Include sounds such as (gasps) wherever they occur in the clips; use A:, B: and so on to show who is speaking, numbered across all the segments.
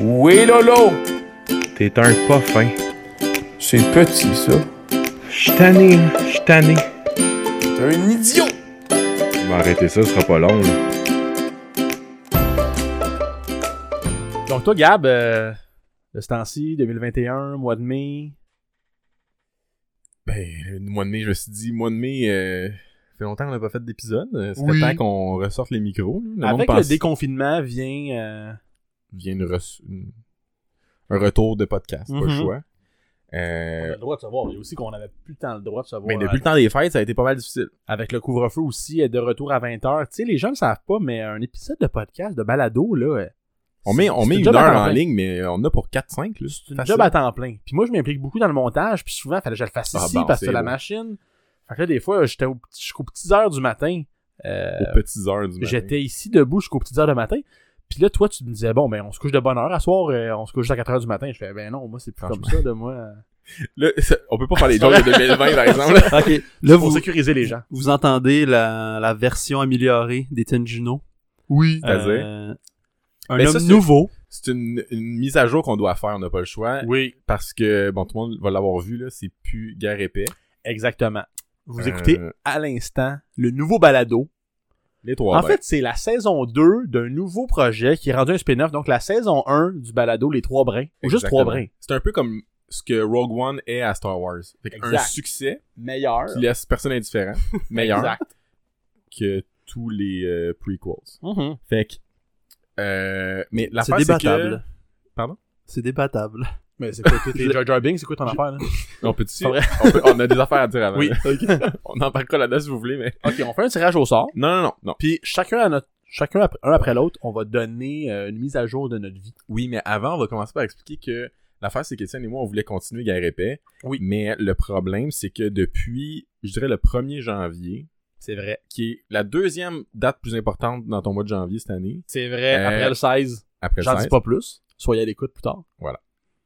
A: Oui, Lolo!
B: T'es un pas fin.
A: C'est petit, ça.
B: J'suis tanné, là. J'suis tanné.
A: T'es un idiot!
B: On va arrêter ça, ce sera pas long, là.
C: Donc, toi, Gab, euh, de ce temps-ci, 2021, mois de mai.
D: Ben, le mois de mai, je me suis dit, mois de mai, euh, ça fait longtemps qu'on n'a pas fait d'épisode. euh, C'était
C: Oui.
D: temps qu'on ressorte les micros. là. Le monde
C: avec le
D: pense-
C: déconfinement vient. euh,
D: vient une res- une- un retour de podcast, pas le
C: Mhm.
D: choix.
C: on a
D: Euh,
C: le droit de savoir. Il y a aussi qu'on n'avait plus tant le droit de savoir.
D: mais
C: euh,
D: depuis le temps des fêtes, ça a été pas mal difficile.
C: Avec le couvre-feu aussi, euh, de retour à 20h. Tu sais, les gens ne savent pas, mais un épisode de podcast, de balado, là. euh,
D: On met,
C: c'est-
D: on
C: c'est
D: met
C: une
D: une
C: job à
D: heure
C: temps
D: en
C: plein.
D: ligne, mais on en a pour 4-5. là.
C: C'est une
D: Facile.
C: job à temps plein. Puis moi, je m'implique beaucoup dans le montage, puis souvent, il fallait que je le fasse
D: Ah,
C: ici
D: bon,
C: parce que
D: c'est
C: la
D: beau.
C: machine. Fait que là, des fois, j'étais au petit- jusqu'aux petites heures du matin. Euh,
D: aux petites heures du matin.
C: J'étais ici debout jusqu'aux petites heures du matin. Puis là, toi, tu me disais, bon, ben, on se couche de bonne heure à soir, euh, on se couche à 4 heures du matin. Je fais, ben non, moi, c'est plus comme
D: Franchement.
C: ça, de (laughs) moi.
D: Là, ça- on peut pas faire les jokes de 2020, par
C: (laughs)
D: exemple.
E: Ok, là,
C: Pour
E: vous,
C: sécuriser les gens.
E: vous entendez la, la version améliorée des Tenjuno.
C: Oui.
D: C'est-à-dire?
E: Euh, un
D: Ben,
E: homme
D: ça, c'est-
E: nouveau.
D: C'est une, une mise à jour qu'on doit faire, on n'a pas le choix.
C: Oui,
D: Parce que, bon, tout le monde va l'avoir vu, là, c'est plus guerre épais.
C: exactement. Vous
D: Euh,
C: écoutez à l'instant le nouveau balado.
D: Les trois
C: en fait, c'est la saison 2 d'un nouveau projet qui est rendu un spin-off. Donc, la saison 1 du balado Les Trois Brins. Ou juste Trois Brins.
D: C'est un peu comme ce que Rogue One est à Star Wars. Fait qu'un
C: Exact.
D: succès
C: Meilleur.
D: qui laisse personne
C: (laughs)
D: indifférent, meilleur
C: Exact.
D: que tous les euh, prequels.
C: Mhm.
D: Fait que. Euh, mais la
E: C'est débattable.
D: Pardon?
E: C'est débattable.
C: Mais c'est quoi, t'es (laughs) t'es Jar Jar Binks, c'est quoi ton affaire, là?
D: On peut-tu-
C: C'est vrai.
D: on, peut- on a des affaires à
C: (laughs)
D: dire avant.
C: Oui.
D: là. on embarquera là-dedans si vous voulez, mais.
C: Ok, on fait un tirage au sort.
D: Non, non, non, non.
C: Puis chacun à notre chacun après, un après l'autre, on va donner euh, une mise à jour de notre vie.
D: Oui, mais avant, on va commencer par expliquer que l'affaire, c'est qu'Étienne et moi, on voulait continuer Guerre épais.
C: Oui.
D: Mais le problème, c'est que depuis, je dirais, le 1er janvier,
C: C'est vrai.
D: qui est la deuxième date plus importante dans ton mois de janvier cette année,
C: C'est vrai.
D: Euh,
C: après le 16,
D: après
C: j'en
D: le
C: dis
D: 16,
C: pas plus. Soyez à l'écoute plus tard.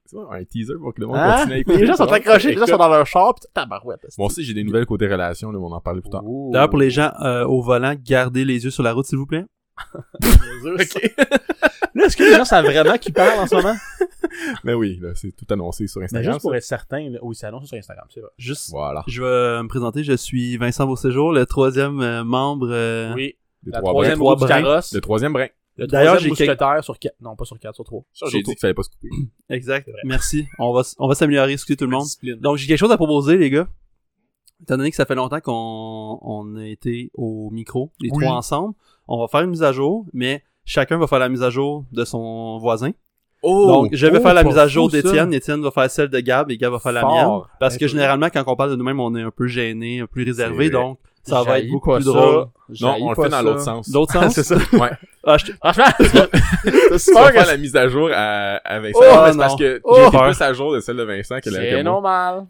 D: c'est pas un teaser pour que le monde
C: Hein?
D: continue à
C: (laughs)
D: écouter.
C: Les gens sont accrochés, les gens sont dans leur char, pis tabarouette.
D: Bon, si j'ai des nouvelles côté relations, là, mais on en parlait plus tard.
C: Oh.
E: D'ailleurs, pour les gens euh, au volant, gardez les yeux sur la route, s'il vous plaît.
C: (laughs) Là, est-ce que les gens savent vraiment qui parle en
D: (laughs)
C: ce moment?
D: mais oui, là, c'est tout annoncé sur
C: Mais
D: Instagram.
C: juste pour
D: ça.
C: être certain, là, oui, ça annonce sur Instagram, c'est vrai.
E: Juste,
D: Voilà.
E: je vais me présenter. Je suis Vincent Beauséjour, le troisième euh, membre. euh,
C: Oui.
D: Hein? Les
C: La
D: trois
C: troisième
D: brins.
C: roue du
E: brins.
C: carrosse.
D: Le troisième brin.
C: Le
E: D'ailleurs,
C: D'ailleurs,
E: j'ai
C: j'ai mousquetaire sur 4. Non, pas sur 4, sur 3.
D: Ça, J'ai dit qu'il fallait pas se couper.
E: Exact. Merci. On va, s- on va s'améliorer, excusez tout le monde.
C: Discipline.
E: Donc, j'ai quelque chose à proposer, les gars. Étant donné que ça fait longtemps qu'on on a été au micro, les
C: Oui.
E: trois ensemble, on va faire une mise à jour, mais chacun va faire la mise à jour de son voisin.
D: Oh!
E: Donc, je vais
C: oh,
E: faire la
C: pas
E: mise à
C: fou,
E: jour
C: ça.
E: d'Étienne. Étienne va faire celle de Gab et Gab va faire la mienne.
C: Fort. Ben,
E: Parce que
C: Incroyable.
E: généralement, quand on parle de nous-mêmes, on est un peu gêné, un peu plus réservé,
D: C'est vrai.
E: donc ça va
C: J'haïs
E: être beaucoup
C: pas
E: plus
C: ça.
E: drôle.
D: non,
C: J'haïs
D: on le
C: pas
D: fait dans
C: ça.
D: l'autre sens. (laughs)
E: D'autre
C: (laughs)
E: sens?
C: C'est ça.
D: Ouais.
E: Ah, je-
C: Franchement, c'est
D: Tu vas
C: super
D: faire
C: que
D: la mise à jour à, à Vincent.
E: Oh,
D: mais c'est
E: non.
D: parce que
C: Oh.
D: j'ai été plus à jour de celle de Vincent que la que
C: c'est
D: moi.
C: normal.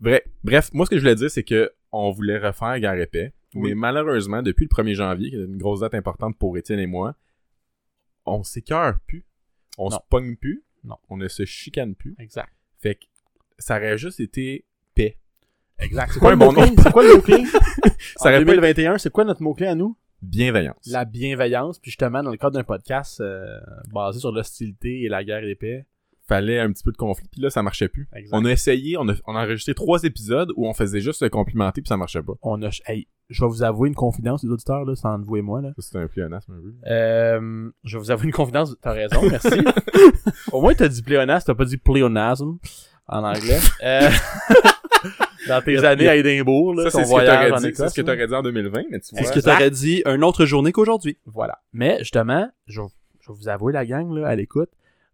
D: Bref, bref, moi, ce que je voulais dire, c'est que on voulait refaire Gare Épais. Mais malheureusement, depuis le 1er janvier, qui est une grosse date importante pour Étienne et moi, on s'écœure plus. On se
C: Non.
D: pogne plus.
C: Non.
D: On ne se chicane plus.
C: Exact.
D: Fait que ça aurait juste été paix.
C: Exact. C'est
D: quoi
C: quoi, le
D: le mot-clé?
C: mot-clé? C'est quoi le (laughs) mot-clé?
D: Ça
C: en
D: aurait pas été
C: 2021, c'est quoi notre mot-clé à nous?
D: bienveillance.
C: La bienveillance. Puis justement, dans le cadre d'un podcast euh, basé sur l'hostilité et la guerre des paix.
D: Fallait un petit peu de conflit, puis là, ça marchait plus.
C: Exact.
D: On a essayé, on a, on a enregistré trois épisodes où on faisait juste se complimenter, puis ça marchait pas.
C: On a... Hey, je vais vous avouer une confidence, les auditeurs, là, c'est entre vous et moi. Là.
D: Ça, C'était un pléonasme un peu.
C: Euh, je vais vous avouer une confidence. T'as raison, merci. (laughs) Au moins, t'as dit pléonasme, t'as pas dit pléonasme en anglais. (laughs) Euh, dans tes années à Édimbourg, là,
D: Ça,
C: ton
D: c'est ce que t'aurais
C: voyage en
D: dit. C'est
C: Écosse.
D: ce que
C: là.
D: t'aurais dit en 2020, mais tu
E: C'est
D: vois.
E: ce que t'aurais dit une autre journée qu'aujourd'hui.
C: Voilà. Mais justement, je, vais- je vais vous avouer la gang là, à l'écoute,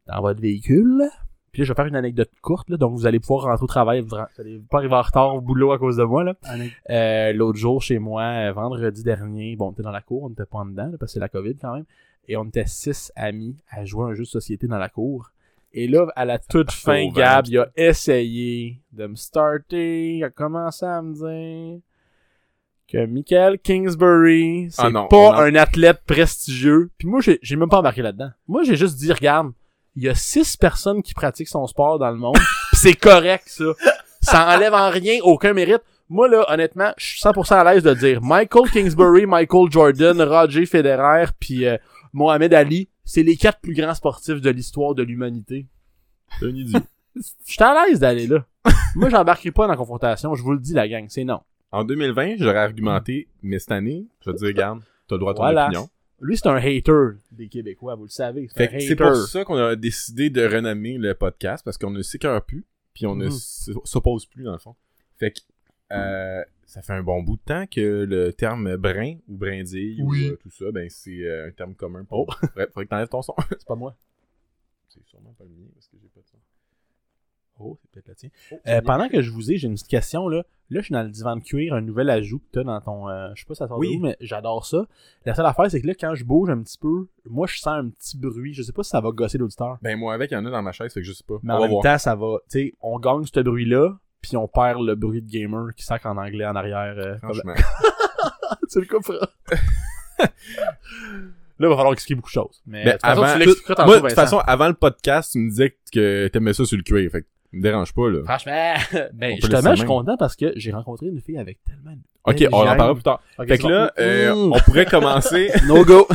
C: dans votre véhicule. là. Puis là, je vais faire une anecdote courte, là, donc vous allez pouvoir rentrer au travail. Vous vous allez pas arriver en retard au boulot à cause de moi. là.
E: Anecdote.
C: Euh, L'autre jour chez moi, euh, vendredi dernier, bon, on était dans la cour, on était pas en dedans, là, parce que c'est la COVID quand même. Et on était six amis à jouer à un jeu de société dans la cour. Et là, à la toute fin,
D: au vent.
C: Gab, il a essayé de me starter. Il a commencé à me dire que Michael Kingsbury, c'est
D: Ah non,
C: pas
D: on en-
C: un athlète prestigieux. Puis moi, j'ai j'ai même pas embarqué là-dedans. Moi, j'ai juste dit, regarde, il y a six personnes qui pratiquent son sport dans
D: (laughs)
C: le monde. Puis c'est correct, ça. Ça enlève en rien aucun mérite. Moi, là, honnêtement, je suis 100% à l'aise de dire Michael Kingsbury, Michael Jordan, Roger Federer, puis euh, Mohamed Ali, c'est les quatre plus grands sportifs de l'histoire de l'humanité. hein.
F: T'es un idiot.
C: J'étais à l'aise
D: (laughs)
C: d'aller là. Moi, j'embarquerai pas dans la confrontation. Je vous le dis, la gang, c'est non.
F: En 2020, j'aurais argumenté, mais cette année, je vais te dire, regarde, t'as le droit à ton
C: Voilà.
F: opinion.
C: Lui, c'est un hater des Québécois, vous le savez. C'est
F: Fait
C: un
F: que c'est
C: hater.
F: pour ça qu'on a décidé de renommer le podcast, parce qu'on ne s'écœure plus, puis on ne
C: Mhm.
F: s- s'oppose plus, dans le fond. Fait que, euh, ça fait un bon bout de temps que le terme brin ou brindille
C: Oui.
F: ou euh, tout ça, ben c'est euh, un terme commun. Pour... (laughs) Bref, faudrait que t'enlèves (laughs) ton son.
C: C'est pas moi.
F: c'est sûrement pas le mien, parce que j'ai pas de son. Oh, c'est peut-être le tien.
C: Euh, pendant que je vous ai, j'ai une petite question là. Là, je suis dans le divan de cuir, un nouvel ajout que t'as dans ton. euh, je sais pas si ça sort de
F: Oui.
C: où, mais j'adore ça. La seule affaire, c'est que là, quand je bouge un petit peu, moi, je sens un petit bruit. Je sais pas si ça va gosser l'auditeur.
F: Ben moi avec, il y en a dans ma chaise, fait que je sais pas.
C: Mais en
F: On va
C: même
F: voir.
C: temps, ça va. Tu sais, on gagne ce bruit-là, puis on perd le bruit de gamer qui sac en anglais en arrière. euh,
F: (laughs) Franchement.
C: (laughs) tu le (laughs) couperas. là, il va falloir expliquer beaucoup de choses. Mais
F: Ben,
C: de toute façon,
F: avant-
C: tu l'expliqueras tantôt,
F: Moi, de toute
C: Vincent.
F: façon, avant le podcast, tu me disais que t'aimais ça sur le cuir, fait que me dérange pas, là.
C: Franchement, ben,
F: On peut laisser ça
C: justement,
F: de
C: je suis
F: même.
C: content parce que j'ai rencontré une fille avec tellement de...
F: Ok,
C: Ben,
F: on en
C: j'aime.
F: parlera plus tard.
C: Ok,
F: Fait
C: c'est
F: que
C: bon.
F: là, euh,
C: Mm.
F: on pourrait commencer.
E: No go.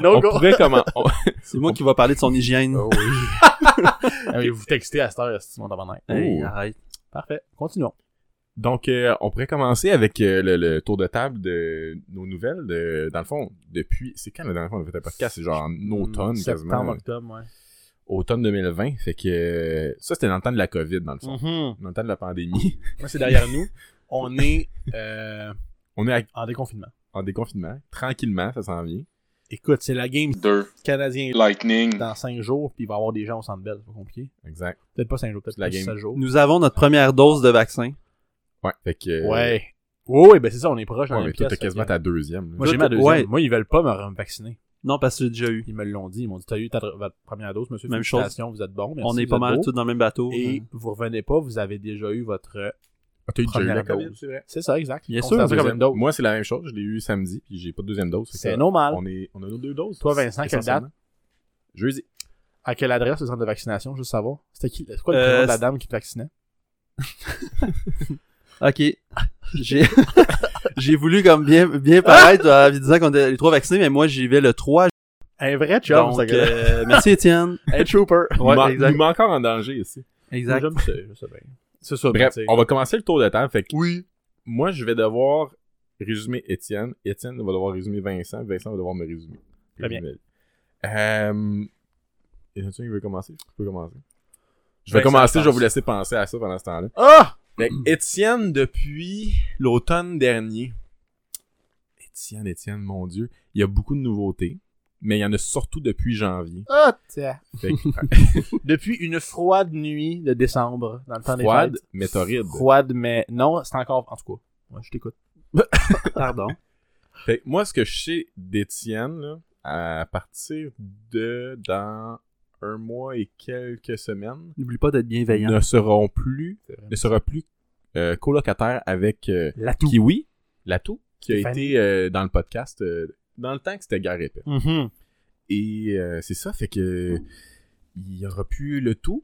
C: no (laughs)
F: on
C: go.
F: pourrait
C: (laughs)
F: comment on-
E: C'est moi qui va parler de son hygiène.
C: Oh Ah oui, vous textez à cette heure, c'est mon tabarnak.
E: Hey, (laughs)
F: Oh.
E: arrête.
C: Mmh. Parfait. Continuons.
F: Donc, euh, on pourrait commencer avec euh, le, le tour de table de nos nouvelles. De, dans le fond, depuis. C'est quand la dernière fois on a fait un podcast C'est genre en automne,
C: Mm, Septembre,
F: quasiment.
C: octobre, ouais.
F: Automne 2020. Fait que euh, ça, c'était dans le temps de la COVID, dans le fond.
C: Mm.
F: Dans le temps de la pandémie. (laughs)
C: Moi, c'est derrière nous. On est euh,
F: on est à-
C: en déconfinement.
F: en déconfinement. Tranquillement, ça s'en vient.
C: Écoute, c'est la game
G: 2.
C: canadien
G: Lightning.
C: dans 5 jours, puis il va y avoir des gens au centre belle, c'est pas compliqué.
F: Exact.
C: Peut-être pas 5 jours, peut-être
F: C'est la
C: la
F: game.
C: 7 jours.
E: Nous avons notre première dose de vaccin.
F: Ouais. Fait que. euh,
C: Ouais. Oui, oui, ben c'est ça, on est proche.
F: Ouais,
C: on est
F: mais toi,
C: presque,
F: t'as quasiment
C: fait
F: ta deuxième. là.
C: que- Moi, j'ai ma deuxième.
E: Ouais.
C: Moi, ils veulent pas me re- me vacciner.
E: Non, parce que j'ai déjà eu.
C: Ils me l'ont dit. Ils m'ont dit, t'as eu ta votre première dose, monsieur.
E: Même chose.
C: félicitations, Vous êtes bon. merci,
E: on est
C: vous
E: pas
C: êtes
E: mal
C: beau.
E: tous dans le même bateau.
C: Et vous revenez pas, vous avez déjà eu votre euh,
F: Ah, t'as eu déjà eu la
C: première
F: COVID.
C: dose. C'est ça, exact.
E: Bien
C: Considère
E: sûr,
C: ça comme une dose.
F: Moi, c'est la même chose. Je l'ai eu samedi, puis j'ai pas de deuxième dose. Fait que
C: C'est normal.
F: On, est, on a nos deux doses.
C: Toi, Vincent, quelle
F: essentiellement. Jeudi.
C: À quelle adresse le centre de vaccination, juste savoir. C'était qui, c'est quoi le
E: Euh,
C: prénom de la
E: c'est-
C: dame qui te vaccinait?
E: Ok. (laughs) J'ai j'ai voulu comme bien,
C: Ah!
E: bien paraître euh, en disant qu'on était les trois vaccinés, mais moi j'y vais le 3.
C: Un vrai chum,
E: Donc,
C: ça gars.
E: euh, merci Étienne.
C: (laughs) Un trooper.
F: il, m'a-
E: exact.
F: il m'a encore en danger ici.
E: Exact.
C: J'aime ça, je sais bien. C'est ça,
F: Bref,
C: mais tu sais,
F: on va commencer le tour de table. Fait que
C: Oui.
F: moi, je vais devoir résumer Étienne. Étienne va devoir résumer Vincent. Vincent va devoir me résumer.
C: Très bien.
F: Résumer. Euh, y en a-t-il un qui veut commencer? Je peux commencer. Je vais
C: Vincent, je
F: commencer, je vais
C: pense.
F: vous laisser penser à ça pendant ce temps-là.
C: Ah!
F: Fait que Étienne, depuis l'automne dernier, Étienne, Étienne, mon Dieu, il y a beaucoup de nouveautés, mais il y en a surtout depuis janvier.
C: Ah! tiens.
F: Fait que,
C: (laughs) Depuis une froide nuit de décembre, dans le temps
F: Froide,
C: des fêtes.
F: mais torride.
C: Froide, mais non, c'est encore, en tout cas. Moi, je t'écoute.
E: Pardon.
F: Fait que moi, ce que je sais d'Étienne, là, à partir de dans un mois et quelques semaines,
E: N'oublie pas d'être bienveillant.
F: ne seront plus, ne sera plus euh, colocataire avec euh,
C: La toux.
F: Kiwi, Lato, qui a
C: Stéphanie.
F: été euh, dans le podcast euh, dans le temps que c'était Garépé.
C: Mhm.
F: Et euh, c'est ça, fait que il y aura plus le tout.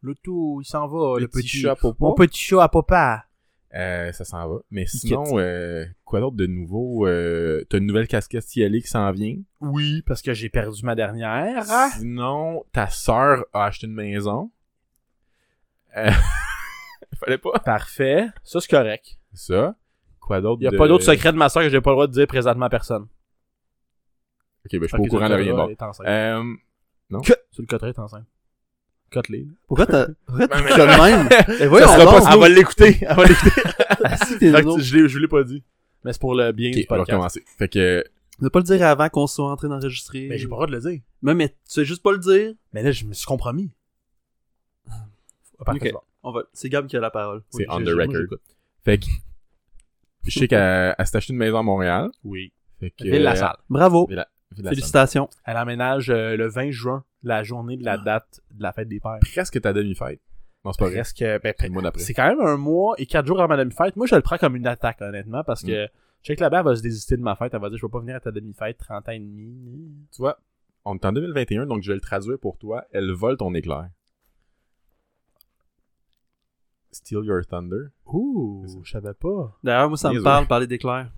C: Le tout, il s'en va, Oh, le, petit,
F: chat pour
C: Mon petit chat à papa.
F: Euh, ça s'en va. Mais sinon, euh, quoi d'autre de nouveau? Euh, T'as une nouvelle casquette Cielée qui s'en vient.
C: Oui, parce que j'ai perdu ma dernière.
F: Ah. Sinon, ta sœur a acheté une maison. Euh, (laughs) Fallait pas.
C: Parfait. Ça, c'est correct.
F: Ça. Quoi d'autre?
C: Il n'y a
F: de-
C: pas d'autre secret de ma soeur que j'ai pas le droit de dire présentement à personne.
F: Ok, ben je suis pas au courant de rien
C: d'autre.
F: d'autre. Euh,
C: Sur le côté, t'es enceinte. Cotelé.
E: Pourquoi t'as
C: (laughs)
E: pourquoi t'as
F: Ben,
E: le même? (laughs) Eh, voyons
F: sera
E: donc.
F: pas-
C: Elle va (laughs) l'écouter. Elle va l'écouter.
E: Ah, si, t'es
C: Fait que
E: nous autres.
C: je l'ai- je l'ai pas dit. Mais c'est pour le bien
F: ok,
C: du
F: on va
C: podcast.
F: recommencer. Fait que,
E: Ne pas le dire avant qu'on soit en train d'enregistrer.
C: Mais Ben, j'ai pas le droit de le dire.
E: Mais, mais tu sais juste pas le dire.
C: Mais là, je me suis compromis. Parfait,
E: Ok.
C: c'est bon.
E: On va. C'est Gab qui a la parole.
F: c'est
C: Oui,
F: on
C: j'ai-
F: the
C: j'ai- moi,
F: record. Fait que, je sais qu'elle elle s'est acheté une maison à Montréal.
C: Oui.
F: Fait que, euh,
C: Ville la salle.
E: Bravo.
F: Ville- Ville-la-Salle.
E: Félicitations.
C: Elle emménage euh, le 20 juin, la journée de la date de la fête des pères.
F: presque ta demi-fête. Non, c'est pas vrai.
C: Presque, ben,
F: C'est le mois d'après.
C: C'est quand même un mois et quatre jours avant ma demi-fête. Moi, je le prends comme une attaque, honnêtement, parce que je sais que là-bas, elle va se désister de ma fête. Elle va dire, je vais pas venir à ta demi-fête, 30 ans et demi.
F: Tu vois, on est en 2021, donc je vais le traduire pour toi. Elle vole ton éclair. Steal your thunder.
C: Ouh, je savais pas.
E: D'ailleurs, moi ça me
F: Niaiseux.
E: parle parler d'éclairs.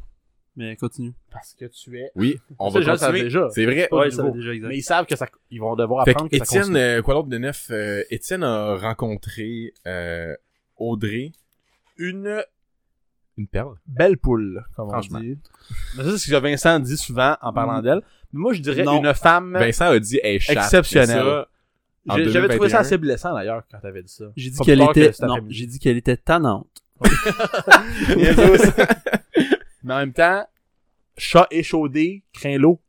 E: Mais continue.
C: Parce que tu es.
F: Oui, on
C: Ça,
F: va
C: les gens le savaient
F: continuer.
C: déjà.
F: C'est vrai.
C: Pas
E: Ouais,
C: du
E: ça
C: nouveau.
E: va déjà exact.
C: Oh, Mais ils savent que ça, ils vont devoir
F: Fait
C: apprendre
F: que
C: que ça
F: Étienne,
C: continue.
F: euh, quoi d'autre de neuf? Euh, Étienne a rencontré euh, Audrey,
C: une
F: une perle.
C: belle poule, comme on
F: Franchement.
C: dit. Mais ça, c'est ce que Vincent dit souvent en parlant d'elle. Mais moi, je dirais
E: Non.
C: une femme
F: Ben, Vincent a dit hey, chatte.
C: Exceptionnel.
F: Et ça, en
C: J'ai- J'avais trouvé ça
F: 2021.
C: assez blessant d'ailleurs quand t'avais dit ça.
E: J'ai dit
C: Pas
E: qu'elle
C: plus tard que
E: était,
C: cet
E: non,
C: après-midi.
E: j'ai dit qu'elle était tannante.
C: (laughs) Mais en même temps, chat échaudé craint l'eau.